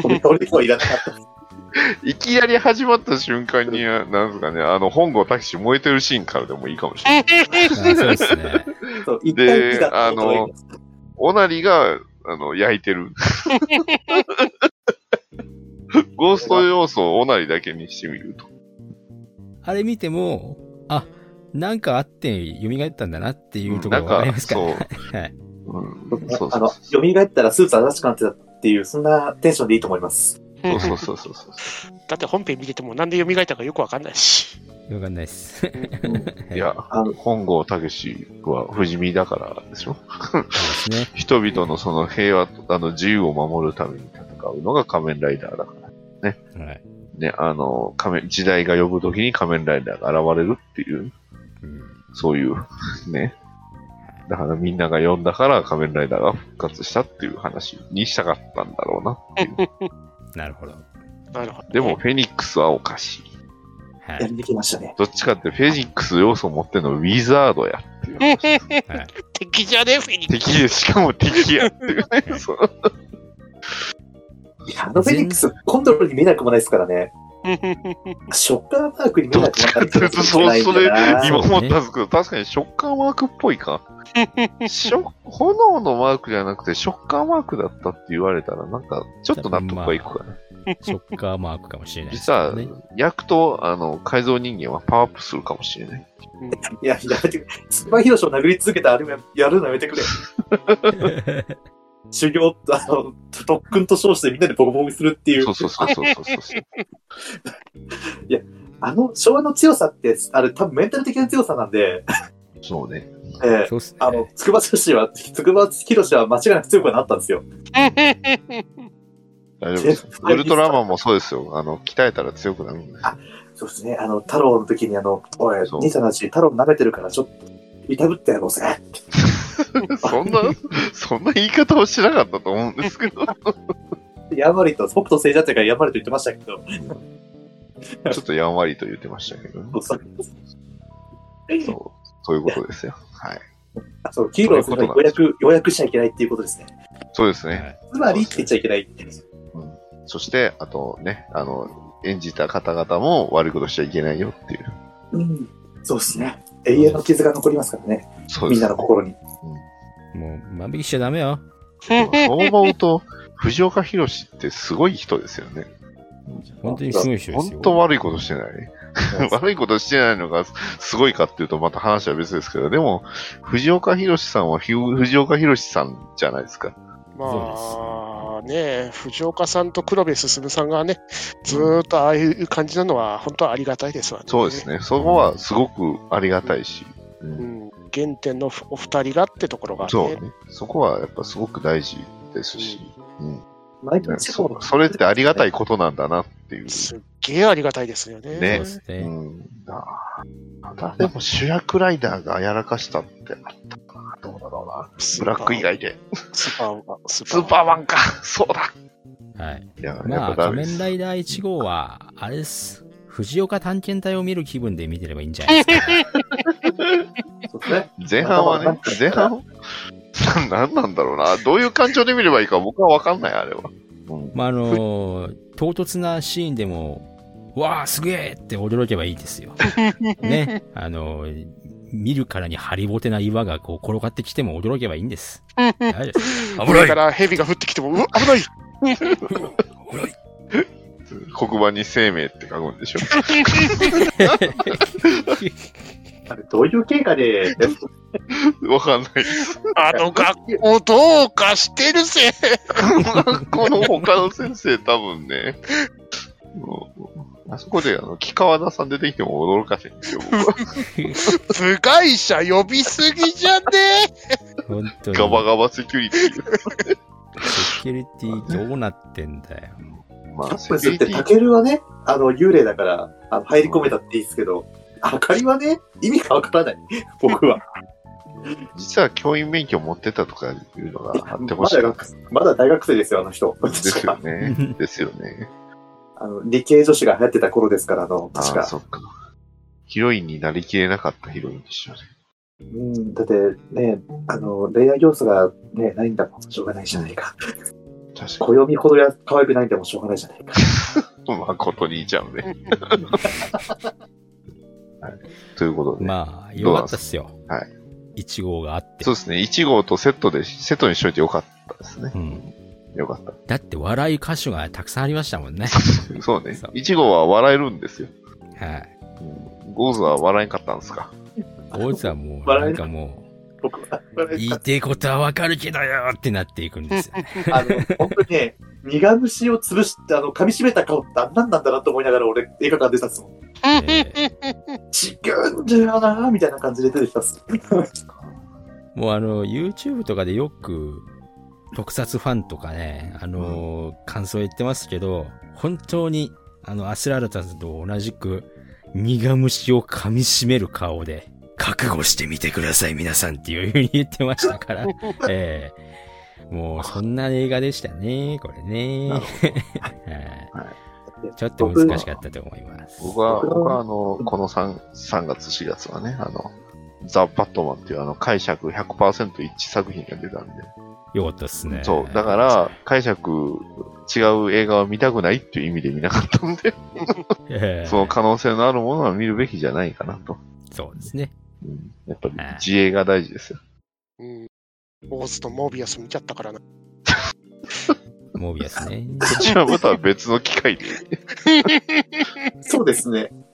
俺俺にはいらなかった。いきなり始まった瞬間に、あなんですかね、あの、本郷拓司燃えてるシーンからでもいいかもしれない。あそうですね。そう、一で旦気がったことがいいですおなりが、あの、焼いてる。ゴースト要素をおなりだけにしてみると。あれ見ても、あ、なんかあって蘇ったんだなっていうとこなろんがありか、ますかそう。はいうん、そうあそうの、蘇ったらスーツ新しくなってたっていう、そんなテンションでいいと思います。 そうそうそうそうだって本編見ててもなんで蘇ったかよくわかんないし。わかんないっす。いや、あの本郷武史は不死身だからでしょ。そうですね。人々のその平和と、あの、自由を守るために戦うのが仮面ライダーだから。はい。ね、あの、仮面、時代が呼ぶ時に仮面ライダーが現れるっていう、うんそういう、ね。だからみんなが呼んだから仮面ライダーが復活したっていう話にしたかったんだろうなっていう。なるほど。なるほど、でも、フェニックスはおかしい。はやい り。てきましたね。どっちかってフェニックス要素持ってんのウィザードやっていう話。はい敵じゃねえ、フェニッ クス。敵で、しかも敵やっていう ね。そういや、あのフェニックス、コントロールに見えなくもないですからね。ショッカーマークに見えどなっくちもかなっいていうと、 そう、それ、今そうね思ったんですけど、確かに食感マークっぽいか。 しょ炎のマークじゃなくて、食感マークだったって言われたら、なんか、ちょっと納得がいくかな。ショッカーマークかもしれないです実けはどね。、焼くと、あの、改造人間はパワーアップするかもしれない。いや、やめてくれ。スーパーヒロシを殴り続けたあれもやるのやめてくれ。修行と、あの、特訓と称してみんなでボコボコにするっていうそう、そうそうそうそうそう。あの昭和の強さって、あれ多分メンタル的な強さなんで、そうね。ええ そうっすね。あの、つくば女子は、 つくばひろしは間違いなく強くはなったんですよ。大丈夫です。ウルトラマンもそうですよ。あの、鍛えたら強くなるんです。そうですね。あの、太郎の時にあの、おい、そう兄さんたち、太郎舐めてるからちょっと、いたぶってやろうぜ。そんな、そんな言い方をしなかったと思うんですけ ど、ちやんわりと、北斗星座ってからやんわりと言ってましたけど、ょっとやんわりと言ってましたけどね、そう、そういうことですよ。はい。そう、ヒーローの世界そういうことなん要で約すよ要約しちゃいけないっていうことですね。そうですね。はいつまりって言っちゃいけない。そして、あとね、あの、演じた方々も悪いことしちゃいけないよっていう。うん。そうですね。永遠の傷が残りますからね。そうでみんすなの 心に。もう、万引きしちゃダメよ。そう思うと、藤岡弘ってすごい人ですよね。本当にすごい人ですよ。本当悪いことしてない。悪いことしてないのがすごいかっていうと、また話は別ですけど、でも、藤岡弘さんはひゅ藤岡弘さんじゃないですか。まあね、藤岡さんと黒部進さんがね、ずーっとああいう感じなのは、本当はありがたいですわね。そうですね。そこはすごくありがたいし。ううんん。原点のお二人がってところがね。そうね。そこはやっぱすごく大事ですし。うん毎ね回地方そのそれってありがたいことなんだなっていう。すっげえありがたいですよね。ねそうですうね。ん、あーただでも主役ライダーがやらかしたってあったかな。どうだろうな。スブラック以。外で。スーパーマン。ススーパーマンか。 そうだ。はい。いや、やまっあ、ぱダ仮メで面す。ライダー1号は、あれです。藤岡探検隊を見る気分で見てればいいんじゃないです か。そうですね。前半は ね、前前半半何なんだろうな。どういう感情で見ればいいか僕は分かんない、あれは。うんまあ、あのー唐突なシーンでも、わあ、すげえって驚けばいいです よ。ね。あのー見るからにハリボテな岩がこう転がってきても驚けばいいん です。大丈夫です危だないから蛇が降ってきても、うわ、危ない黒板に生命って書くんでしょ。 あれどういう経過で、分か んないです。あの学校どうかしてるぜ。この他の先生多分ね。 うんあそこで、あの、木川田さん出てきても驚かせんですよ、僕は。部外者呼びすぎじゃね本当に。ガバガバセキュリティ。セキュリティどうなってんだよ。まカあ、ッセプキュスっリてテタィ。ケルはね、あの、幽霊だから、あの入り込めたっていいですけど、あかりはね、意味がわからない。 僕は。実は教員免許持ってたとかいうのがあってほましいだ。学まだ大学生ですよ、あの人。ですよね。ですよね。あの、理系女子が流行ってた頃ですから、あの、あ確あ、か。そっか。ヒロインになりきれなかったヒロインでしたね。うん、だってね、あの、恋愛要素がね、ないんだもん、しょうがないじゃないか。確か暦ほどや可愛くないんだもん、しょうがないじゃないか。に。まあ、ことにいちゃうね。はいということで。まあ、よかったっすよ。。はい1号があって。そうですね。1号とセットで、セットにしといてよかったですね。うん。よかった。だって笑い歌手がたくさんありましたもんね。そうねそう。 1号は笑えるんですよ。はい。ゴーズは笑えんかったんですか。オーズはもう、な笑えんなかも僕は。う、言いてえことはわかるけどよってなっていくんですよね。あの、本当にね、苦虫を潰して、あの、噛み締めた顔ってあんなんなんだなと思いながら俺、映画館出たっすもん。え違うんだよなーみたいな感じで出てきたっす。 ーもうあの、YouTube とかでよく、特撮ファンとかね、あのー感想言ってますけど、本当に、あの、アスラルタズと同じく、苦虫を噛み締める顔で、覚悟してみてください、皆さんっていうふうに言ってまし たから、ええもう、そんな映画でしたね、これね。なる はいちょっと難しかったと思います。僕は、僕は僕はあの、この 3, 3月、4月はね、あの、ザ・バットマンっていうあの解釈100%一致作品が出たんで、よかったっすね。そう、だから、解釈違う映画を見たくないっていう意味で見なかったんで、ええ、その可能性のあるものは見るべきじゃないかなと。そうですね。うん、やっぱりはい自衛が大事 ですよ。うん。オーズとモービアス見ちゃったからな。モービア スね。こっちはまた別の機会で。そうですね。うん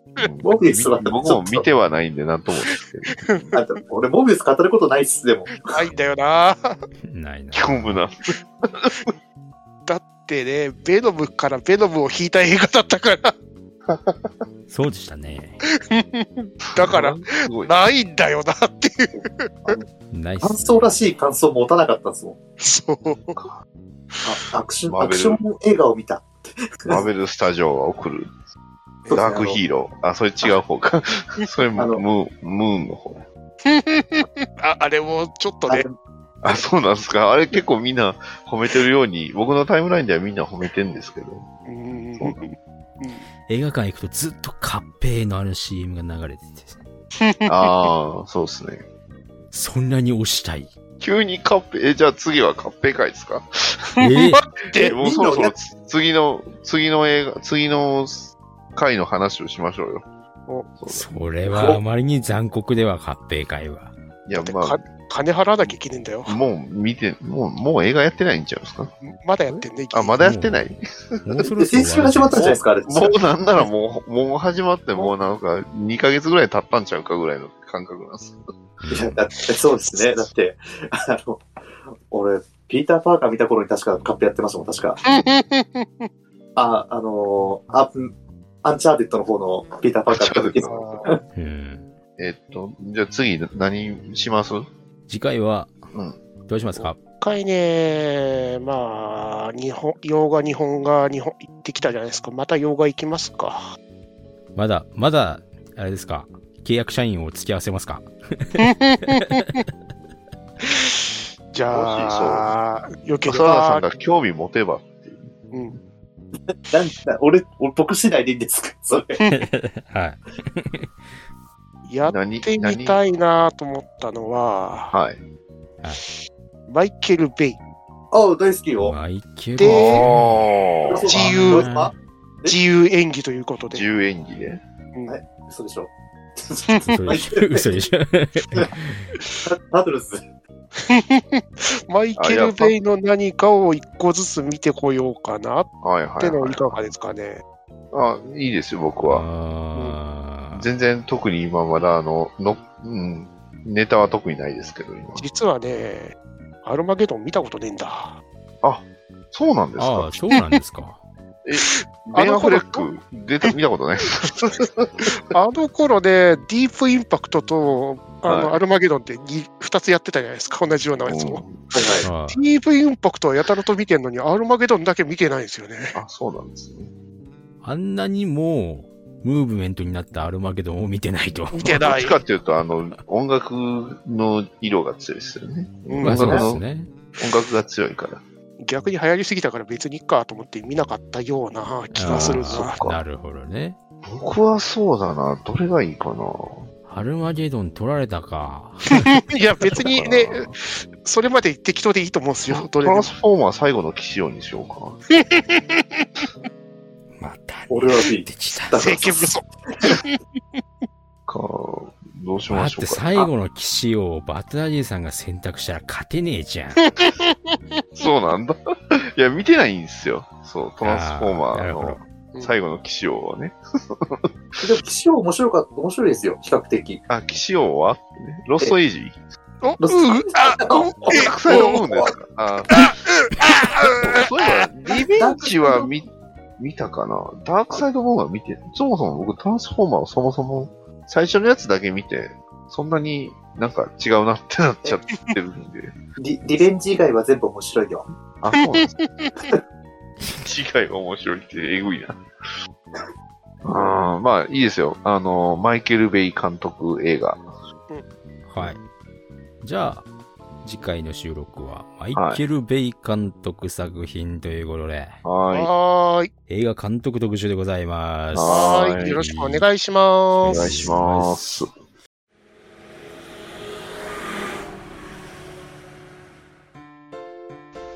モビウスは僕も見てはないんで、なんともですけど。あと俺、モビウス語ることないっす、でも。ないんだよな。ないな。興味な。だってね、ベノムからベノムを引いた映画だったから、そうでしたね。だから、すごい。ないんだよなっていう。ナイス。感想らしい感想持たなかったっすもん。そう。あアクショマン、ーアベルクション映画を見た。マーベルスタジオが送るそうですねダークヒーロー。あ、それ違う方か。 それムあのムーン、ムーンの方。ああれもちょっとあねれ、あ、そうなんですか。あれ結構みんな褒めてるように、僕のタイムラインではみんな褒めてるんですけど。うんそうなん映画館行くとずっとカッペーのあの CM が流れてて、ああ、そうですね。そんなに押したい。急にカッペ、え、じゃあ次はカッペ会ですかええ待って、もうそろそろつ次の、次の映画、次の回の話をしましょうよ。そうそれはあまりに残酷では、合併会は。だいや、まか金払わなきゃいけねえんだよあ、。もう見て、もう、もう映画やってないんちゃうんですかまだやってんね。あ、まだやってないもうそろで、そろ先週始まったんじゃないですか、あれ。もうなんならもう、もう始まってもうなんか2ヶ月ぐらい経ったんちゃうかぐらいの感覚なんです。いやだって そうですね。だって、あの、俺、ピーター・パーカー見た頃に確かカップやってましたもん、確か。あ、あのー、アンアンチャーデッドの方のピーター・パーカー見た時あのーうんえっと、じゃあ次何します次回はう、どうしますか一回ね、まあ、日本、洋画、日本画、日本、行ってきたじゃないですか。また洋画行きますか。まだ、まだ、あれですか契約社員を付き合わせますかじゃあ、よけれ笠原さんばが、興味持てば。うん、なんだ俺、俺、僕次第でいいんですかそれ。 はい。やっ何てみたいなと思ったのは、はい。マイケル・ベイ、あ大好きよ。マイケル。でおー自由ロイスマ自由演技ということ自で。由演技で。うんはい嘘 でしょ。嘘でしょ嘘でしょタトルズ。マイケル・ベイの何かを一個ずつ見てこようかなっはいはてい、のはいかがですかね。あ、いいですよ、僕は。あー全然特に今まだあの、の、うん、ネタは特にないですけど、今。実はね、アルマゲドン見たことねえんだ。そうなんですあかー、そうなんですか。ベンアフレッあク、の出た、見たことない です。あの頃ね、ディープインパクトとあの、はいアルマゲドンって 2, つやってたじゃないですか、同じようなやつうを。んはいはあーディープインパクトはやたらと見てんのに、アルマゲドンだけ見てないんですよね。あ、そうなんですね。あんなにも、ムーブメントになったアルマゲドンを見てないと。 見てどなっいち。かっていうと、あの、音楽の色が強いですよね。うんまあ音楽そうでの、すね。音楽が強いから。逆に流行りすぎたから別にいっかと思って見なかったような気がするあーな。なるほどね。僕はそうだな。どれがいいかな。アルマゲドン取られたか。いや、別にね、それまで適当でいいと思うんですよ、どトれでラもン。スフォーマー最後の騎士王にしようかまたね。俺は B デジタルだ政権武装。か。どうしだまっしょてうか。最後の騎士をバトラジーさんが選択したら勝てねえじゃん。そうなんだ。 いや、見てないんですよ。そう、トランスフォーマあーなーるほどの最後の騎士王はね。い。でも、騎士王面白かった、面白いですよ、比較的。あ、騎士王はってねロストエイジ。おううあおえたくさん飲むんですかあーそういえば、リベンジは見、見たかなダークサイドボーンは見て、そもそも僕トランスフォーマーをそもそも最初のやつだけ見て、そんなになんか違うなってなっちゃってるん で。リリベンジ以外は全部面白いよ。あ、そうなんですね。違いが面白いってえぐいな。あーまあいいですよ。あの、マイケル・ベイ監督映画。はい。じゃあ、次回の収録はマイケル・ベイ監督作品ということで、ははーい。映画監督特集でございます。ははーい。よろしくお願いしまい。お願す。いします。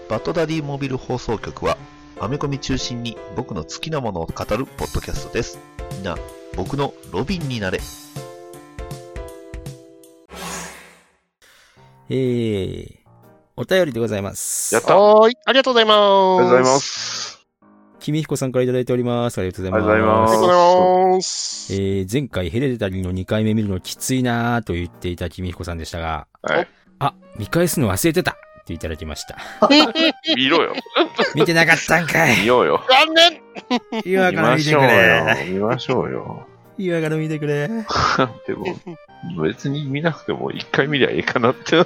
バトダディモビル放送局は、アメコミ中心に僕の好きなものを語るポッドキャストです。みんな、僕のロビンになれ。えー、お便りでございます。やったはーい。ありがとうございます。おはようございます。君彦さんからいただいております。ありがとうございます。ありがとうございあまりすがとうございます。えー、前回ヘレデタリーの2回目見るのきついなーと言っていた君彦さんでしたが、はいあ、見返すの忘れてたっていただきました。見ろよ。見てなかったんか見いようよ。残念今見からま見てしくょうれよ。見ましょう よ。今から見てくれでも、別に見なくても一回見りゃいいかなって。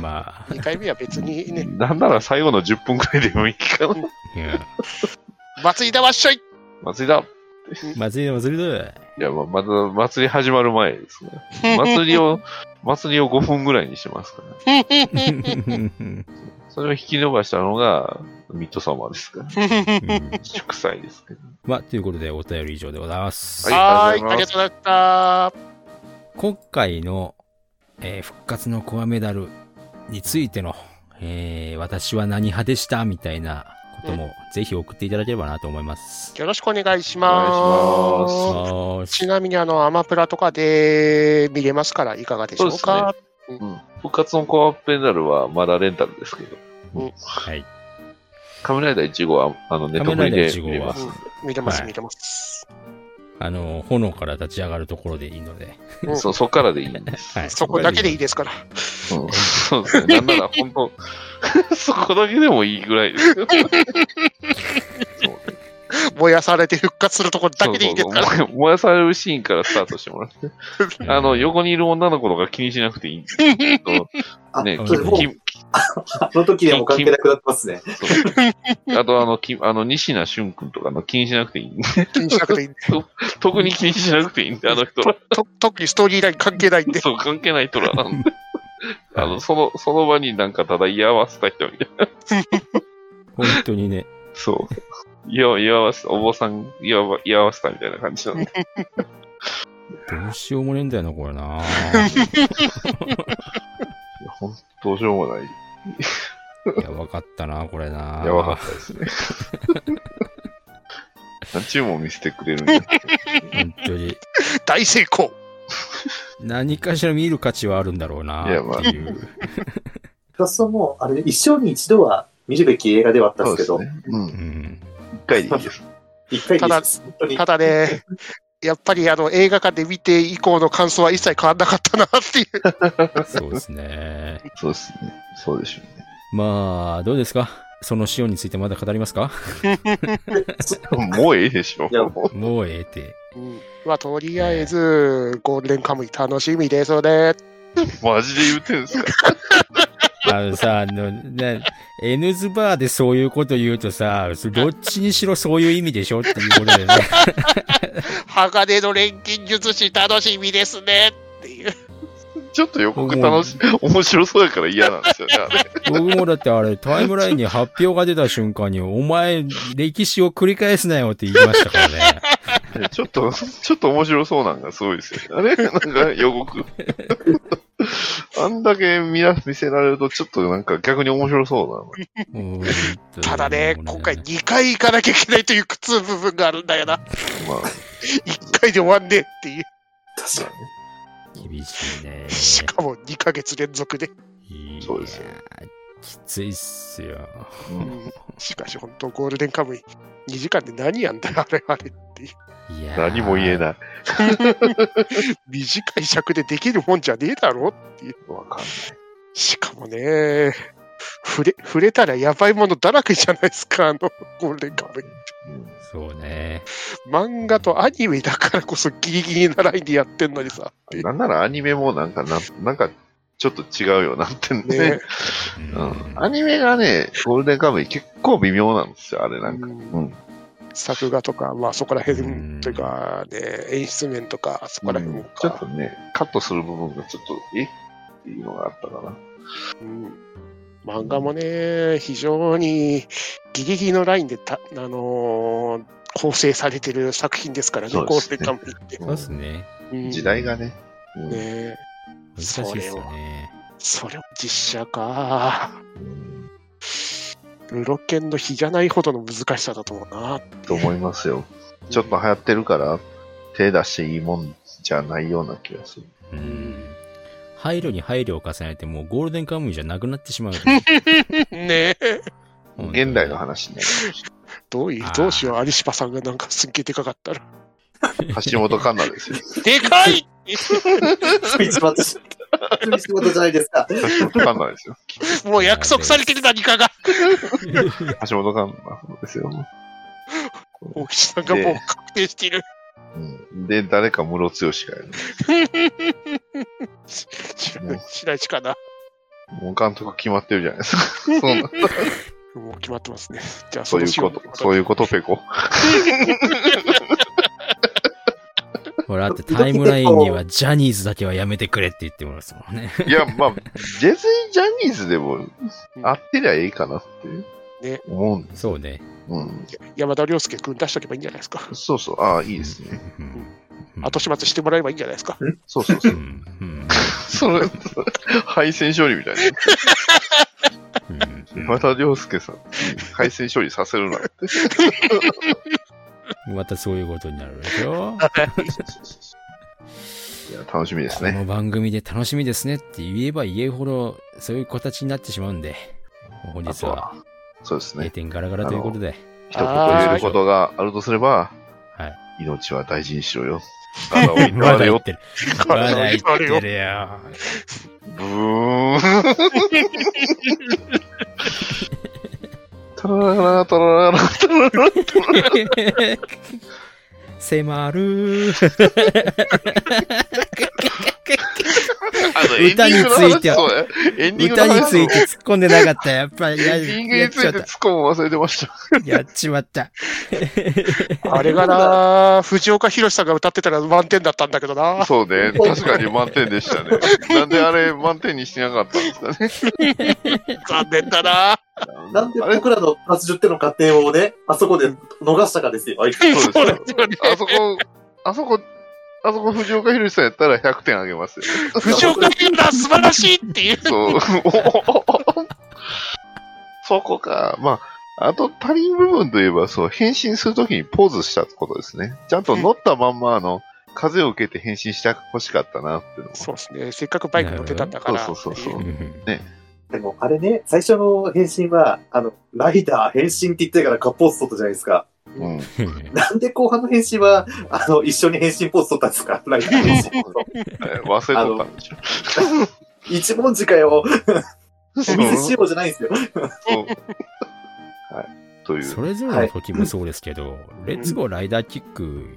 まあ、 2回目は別にね、なんなら最後の10分くらいでもいいかな。うん祭りだわっしょい祭りだ。祭りでもするぞ。いや、まあ、まだ祭り始まる前ですね。 祭りを、祭りを5分ぐらいにしてますから。うんそれを引き伸ばしたのが、ミッドサマーですから。祝祭ですけど。まあ、ということで、お便り以上でございます。はいはーい。あありがりがとうございました。今回の、えー復活のコアメダルについての、えー、私は何派でしたみたいなことも、ぜひ送っていただければなと思います。よろしくお願いしまお願いしす。あーちなみに、あの、アマプラとかで見れますから、いかがでしょうか。うん。復活のコアペダルはまだレンタルですけど、はい。仮面ライダー1号はあのネットフリで見れますんで。うん見れます、はい見れます。あの、炎から立ち上がるところでいいので。うんそうそっからでいいんです。はいそこだけでいいですから。うんそうですね。なんなら本当、 そこだけでもいいぐらいですよ。燃やされて復活するとこだけでいいですから。そうそうそう燃やされるシーンからスタートしてもらって。うんあの、横にいる女の子とか気にしなくていいんですけどあ、ね、うんきもうきあの時でも関係なくなってますね。そうあとあの、きあの、西名俊君とかの気にしなくていいん で。気にしなくていいんで。特に気にしなくていいんで、あの人ら。と特にストーリーライン関係な いんで。そう、関係ない人らなんで。あはの、いその、その場になんかただ居合わせた人みたいな。本当にね。そう。居合居合わせ、お坊さん居合わ居合わせたみたいな感じなんで。どうしようもねえんだよな、これな。いやほんとどうしようもない。やばかったな、これな。やばかった ですね。何ちゅうもん見せてくれるんや。本当に。大成功何かしら見る価値はあるんだろうな、いやまあっていう。プラスはもう、あれで、一生に一度は見るべき映画ではあったんそでうすでけすど、ね。う。うんん。一回でいいです。一回でいいです。本当にた。だね、やっぱりあの映画館で見て以降の感想は一切変わんなかったなっていう。そうですね。そうですね。そうでしょうね。まあ、どうですかその塩についてまだ語りますかもうええでしょ。いやももうええて。 まあ、とりあえず、ゴールデンカムイ楽しみですよね。うマジで言うてんすか。あのさ、あの、ね、N ズバーでそういうこと言うとさ、どっちにしろそういう意味でしょっていうことでね。 鋼の錬金術師楽しみですねっていう。ちょっと予告楽し、面白そうやから嫌なんですよね。あれ僕もだってあれ、タイムラインに発表が出た瞬間に、お前、歴史を繰り返すなよって言いましたからね。 いやちょっと、ちょっと面白そうなんがすごいですよね。あれ なんか予告。あんだけ見ら見せられると、ちょっとなんか逆に面白そうなの。もうただね、今回2回行かなきゃいけないという苦痛部分があるんだよな。まあ、 1回で終わんねえっていう。確か厳しいね。しかも2ヶ月連続で。そうですよいやーきついっすよ。うんしかし本当ゴールデンカムイ2時間で何やんだよあれあれっていういや何も言えい。ない。短い尺でできるもんじゃねえだろわかんない。しかもね触れ触れたらやばいものだらけじゃないですかあのゴールデンカムイうんそうね。漫画とアニメだからこそギリギリなラインでやってんのにさってなんならアニメもなんかな、なんかちょっと違うようになってんね。ねううん。アニメがね、ゴールデンカムイ結構微妙なんですよ、あれなんか。うんうん作画とか、まあ、そこら辺うんというか、ね、演出面とかそこら辺もちょっとか、ね、カットする部分がちょっと、えっていうのがあったかな。うん漫画もね非常にギリギリのラインでた、あのー構成されてる作品ですからねそうゴでーすルデねンカムイってそうですね。うん時代がね。うんね難しいっすよね。それを実写か。うんルロケンの日じゃないほどの難しさだと思うな。と思いますよ。ちょっと流行ってるから、手出していいもんじゃないような気がする。うん。配慮に配慮を重ねて、もうゴールデンカムイじゃなくなって しまう。ねえ。本当に現代の話になるかもしどういあう、ーどうしよう、アリシパさんがなんかすっげえでかかったら。れない橋本環奈ですよ。でかいに。一番私、一番仕事じゃないですか。橋本環奈ですよ。もう約束されてる何かが。橋本環奈ですよ。大木さんがもう確定している。うん、で、誰か室強しかやる。知らない、白石かな。もう監督決まってるじゃないですか。 そうなんもう決まってますね。じゃあ、そういうこと、そういう。いうこと、ペコ。ほら、だってタイムラインにはジャニーズだけはやめてくれって言ってますもんね。いや、まあ、別にジャニーズでも、合ってりゃいいかなって、ね思うんです。そうね。うん。山田涼介君出しとけばいいんじゃないですか。そうそう、ああ、いいですね。うん。うん後始末してもらえばいいんじゃないですか。そうそうそうう。ん。うんそ れ、敗戦処理みたいな。うんうん岩田良介さん、敗戦処理させるなって。またそういうことになるでしょ。いや、楽しみですこね。の番組で楽しみですねって言えば言えほど、そういう形になってしまうんで、本あ日とはは、そうです閉ね。店ガラガラということで、一言言えることがあるとすれば、はい。命は大事にしろ よ。体を言われ言よ っ。てる。まだ体を言言われよってるよ。ブーン。タラララタラララタラララ 迫る。あのエンディングの歌につい話てはそうねエンディングの歌に話ついて突っ込んでなかった。やっぱりや、エンディングやにっつちまいって突っ込むの忘れてました。た。やっちまった。あれがな、藤岡弘さんが歌ってたら満点だったんだけど な。そうね。確かに満点でしたね。なんであれ満点にしてなかったんですかね。残念だな。なんであれ僕らのプラス10点の過程をね、あそこで逃したかですよ。そうそうでですすよね。あそこ、あそこ、あそこ藤岡弘さんやったら100点あげますよ。藤岡弘さん素晴らしいっていう。 そう。 おおおそこか。まあ、あと足りん部分といえば、そう、変身するときにポーズしたことですね。ちゃんと乗ったまんま、あの、風を受けて変身してほしかったなっていうのも。そうですね。せっかくバイク乗ってたんだから。そうそうそうそううんでもあれね、最初の返信は、あの、ライダー変身って言ってからガッポーズ取ったじゃないですか。うん。なんで後半の返信は、あの、一緒に変身ポーズ取ったんですかライダー変身ポーえ忘れとったんでしょ。ズ。一文字かよ。そおう見せしようじゃないんですよ。そうはい。という。それぞれの時もそうですけど、レッツゴーライダーキック、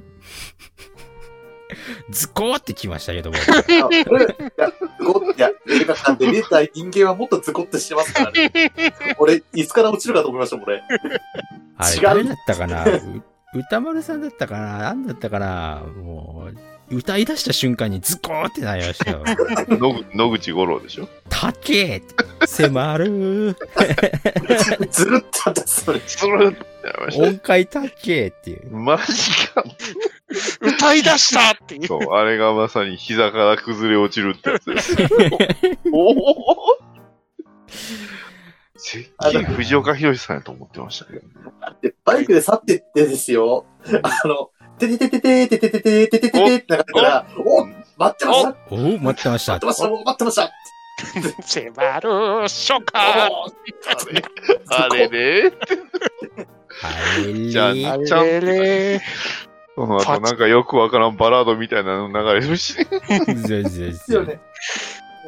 ズコーってきましたけども。あこれいや、ごいや、でかさん、デビューター人間はもっとズコッとしてますからね。俺、椅子から落ちるかと思いましたもん、俺。あれ、違う誰だったかなう歌丸さんだったかな何だったかなもう、歌い出した瞬間にズコーってなりましたよ。野口野口五郎でしょたけー迫るずるってあった、それ。それ、やめました。音階たけーっていう。マジか。歌い出したっていう。そう、あれがまさに膝から崩れ落ちるってやつです。おおせっきり藤岡弘さんやと思ってましたけど。で、バイクで去ってってですよ。あの、てててててててててててててってなったら、お待ってましたおう待ってま し待たって。ました待ってました迫る初夏。あれね。あれじゃあーなあれれその後なんかよくわからんバラードみたいなの流れるし、ずずですずよね。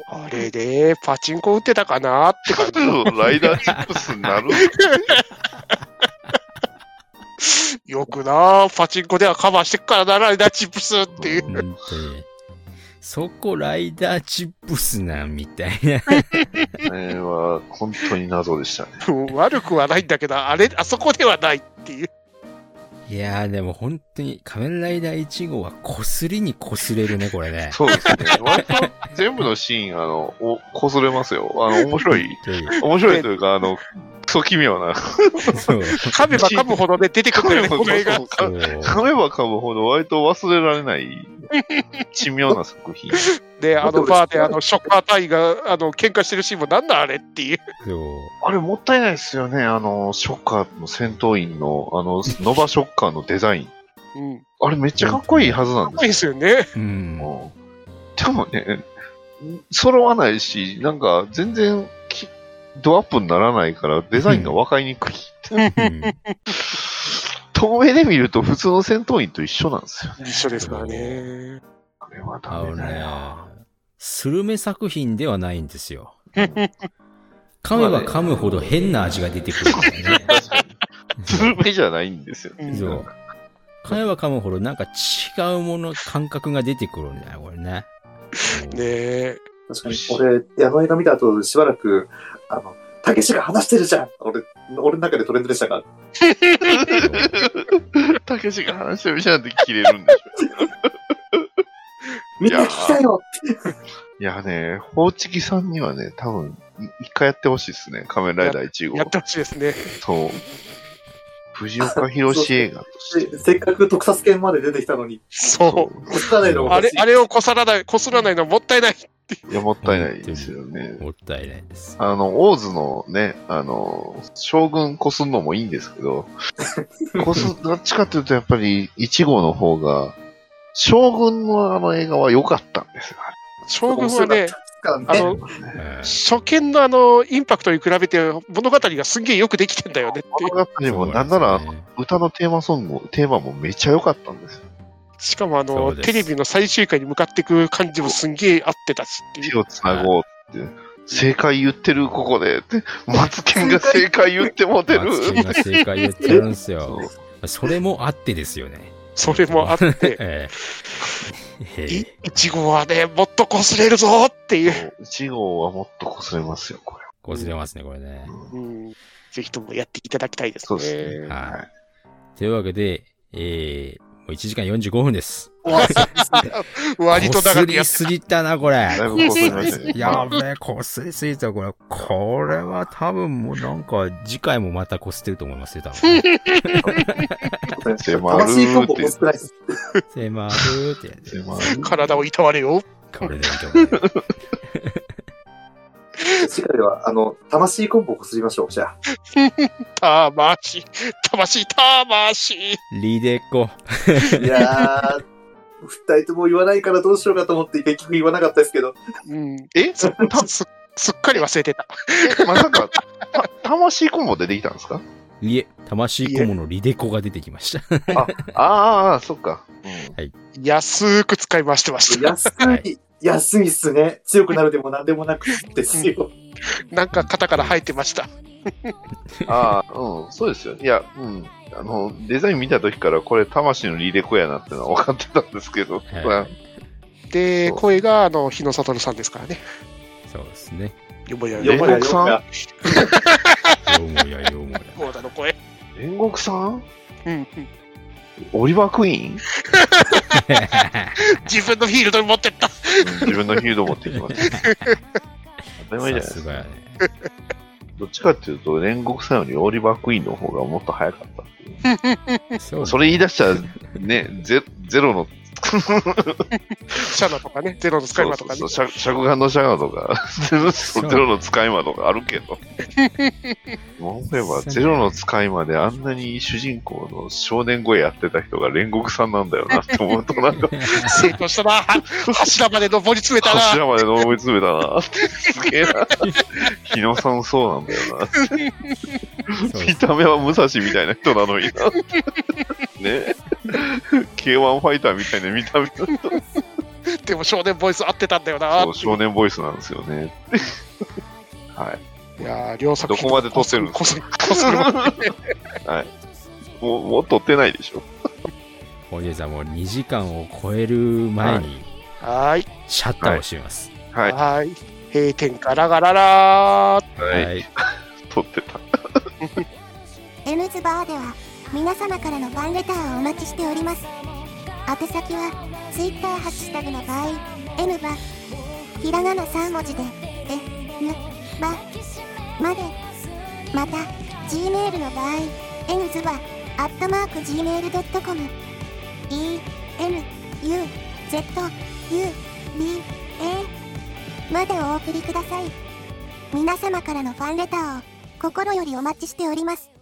あれでパチンコ打ってたかなって感じ。ライダーチップスになる。よくなパチンコではカバーしてっからな、ライダーチップスっていう。本当に。そこライダーチップスな、みたいな。 あれは本当に謎でしたね。悪くはないんだけど、あれ、あそこではないっていう。いやーでも本当に仮面ライダー1号はこすりにこすれるね、これね。そうですね。割と全部のシーン、あの、お、こすれますよ。あの、面白い。面白いというか、あの、クソ奇妙な。そう。噛めば噛むほどね、出てくるよね、この映画。そ噛う。めば噛むほど割と忘れられない奇妙な作品。で、あのバーで、あの、ショッカー隊員が、あの、喧嘩してるシーンもなんだあれっていう。そうあれもったいないですよね。あの、ショッカーの戦闘員の、あ の、ノバショッカーのデザイン。うん。あれめっちゃかっこいいはずなかんっこいいでですすよ。よね。うん。もうでもね、揃わないし、なんか全然きドアップにならないからデザインがわかりにくい。うん遠目で見ると普通の戦闘員と一緒なんですよ。一緒ですからね。あれはあダのメだねよ。、 スルメ作品ではないんですよ。噛めば噛むほど変な味が出てくる んだよね。スルメじゃないんですよね。うんそう。噛めば噛むほどなんか違うもの、感覚が出てくるんだよ、これね。ねえ。確かに、俺、あの映画見た後、しばらく、あの、たけしが話してるじゃん俺、俺の中でトレンドでしたから。 たけしが話してるじゃんって切れるんでしょ。みんな聞きたいよいやね、ホーチキさんにはね、多分、い一回やってほしいですね。仮面ライダー1号や。ってほしいですね。そう。藤岡弘映画として。せっかく特撮犬まで出てきたのに、そこすらないのう。があれ私、あれをこさらない、こすらないのはもったいない。いや、もったいないですよね。もったいないです。あの、オーズのね、あの、将軍こすんのもいいんですけ ど、こす、どっちかというとやっぱり1号の方が、将軍のあの映画は良かったんですよ。将軍はね、からあね、の、初見のあの、インパクトに比べて物語がすんげえよくできてんだよねっていう。物語も、なんなら、歌のテーマソングも、テーマもめっちゃ良かったんですよ。しかもあその、うですテレビの最終回に向かっていく感じもすんげえ合ってたしっていう手。を繋ごうって。正解言ってる、ここで。って、マツケンが正解言ってもうて松る。君が正解言っちゃうんですよそ。それもあってですよね。それもあって、えええいえいちごはね、もっとこすれるぞっていう。う。1号はもっとこすれますよ、これ。こずれますね、これね。うんぜひともやっていただきたいですそね。うですね。はいはい。というわけで、ええもう1時間45分です。割とこ長くすやりっすぎたな、これ。だいぶこすりましたね。やべえ、こすりすぎた、これ。これは多分もうなんか、次回もまたこすってると思いますよ、多分。迫る魂コンボってこすらないです。迫るってやつ。迫る体をいたわれよ。これでいいと思うよ。次回は、あの、魂コンボこすりましょう、じゃあ。魂、魂、魂。リデコ。いやー、二人とも言わないからどうしようかと思って、結局言わなかったですけど。うん、えすすすっかり忘れてた。まさか、た魂コンボ出てきたんですかいえ、魂コモのリデコが出てきました。ああ、そっか。安く使い回してました。安い、安いっすね。強くなるでも何でもなくですよ。なんか肩から生えてました。ああ、うん、そうですよ。いや、うん。あの、デザイン見た時からこれ魂のリレコやなってのは分かってたんですけど、はで、そう声があの日野悟さんですからね。そうですね。よぼよよよぼぼよよ。さんようもや、ようもや。ゴーダの声。煉獄さんうん、オリバークイーン 自分のフィールドに持ってった。自分のヒールド持ってきました。当たり前じゃないさですすか。がやね。 どっちかっていうと、煉獄さんよりオリバークイーンの方がもっと早かったっていう。そうそれ言い出したら、ね、ゼゼロの、シャナとかね、ゼロの使い魔とかねそう。そうそうしゃ尺眼のシャガとか、そうゼロの使い魔とかあるけ ど。思えば、ゼロの使い魔であんなに主人公の少年声やってた人が煉獄さんなんだよなって思うと、なんか、成功したな。 は柱まで登り詰めたな。柱まで登り詰めた なって、すげえな。日野さんそうなんだよな。そう見た目は武蔵みたいな人なのにな。ね K1 ファイターみたいな見た目の人でも少年ボイス合ってたんだよなそう。少年ボイスなんですよね。はい。いやー両作どこまで撮ってるんですこすこするもう、もう撮ってないでしょ。 本日はもう2時間を超える前に、はーい。シャッターを閉めます。はいはーい。閉店からがららー。はい。はい撮ってた。 M ズバーでは皆様からのファンレターをお待ちしております宛先は Twitter ハッシュタグの場合 M バひらがな3文字で N バまでまた Gmail の場合 N ズバアットマーク Gmail.com E N U Z U B A までお送りください皆様からのファンレターを心よりお待ちしております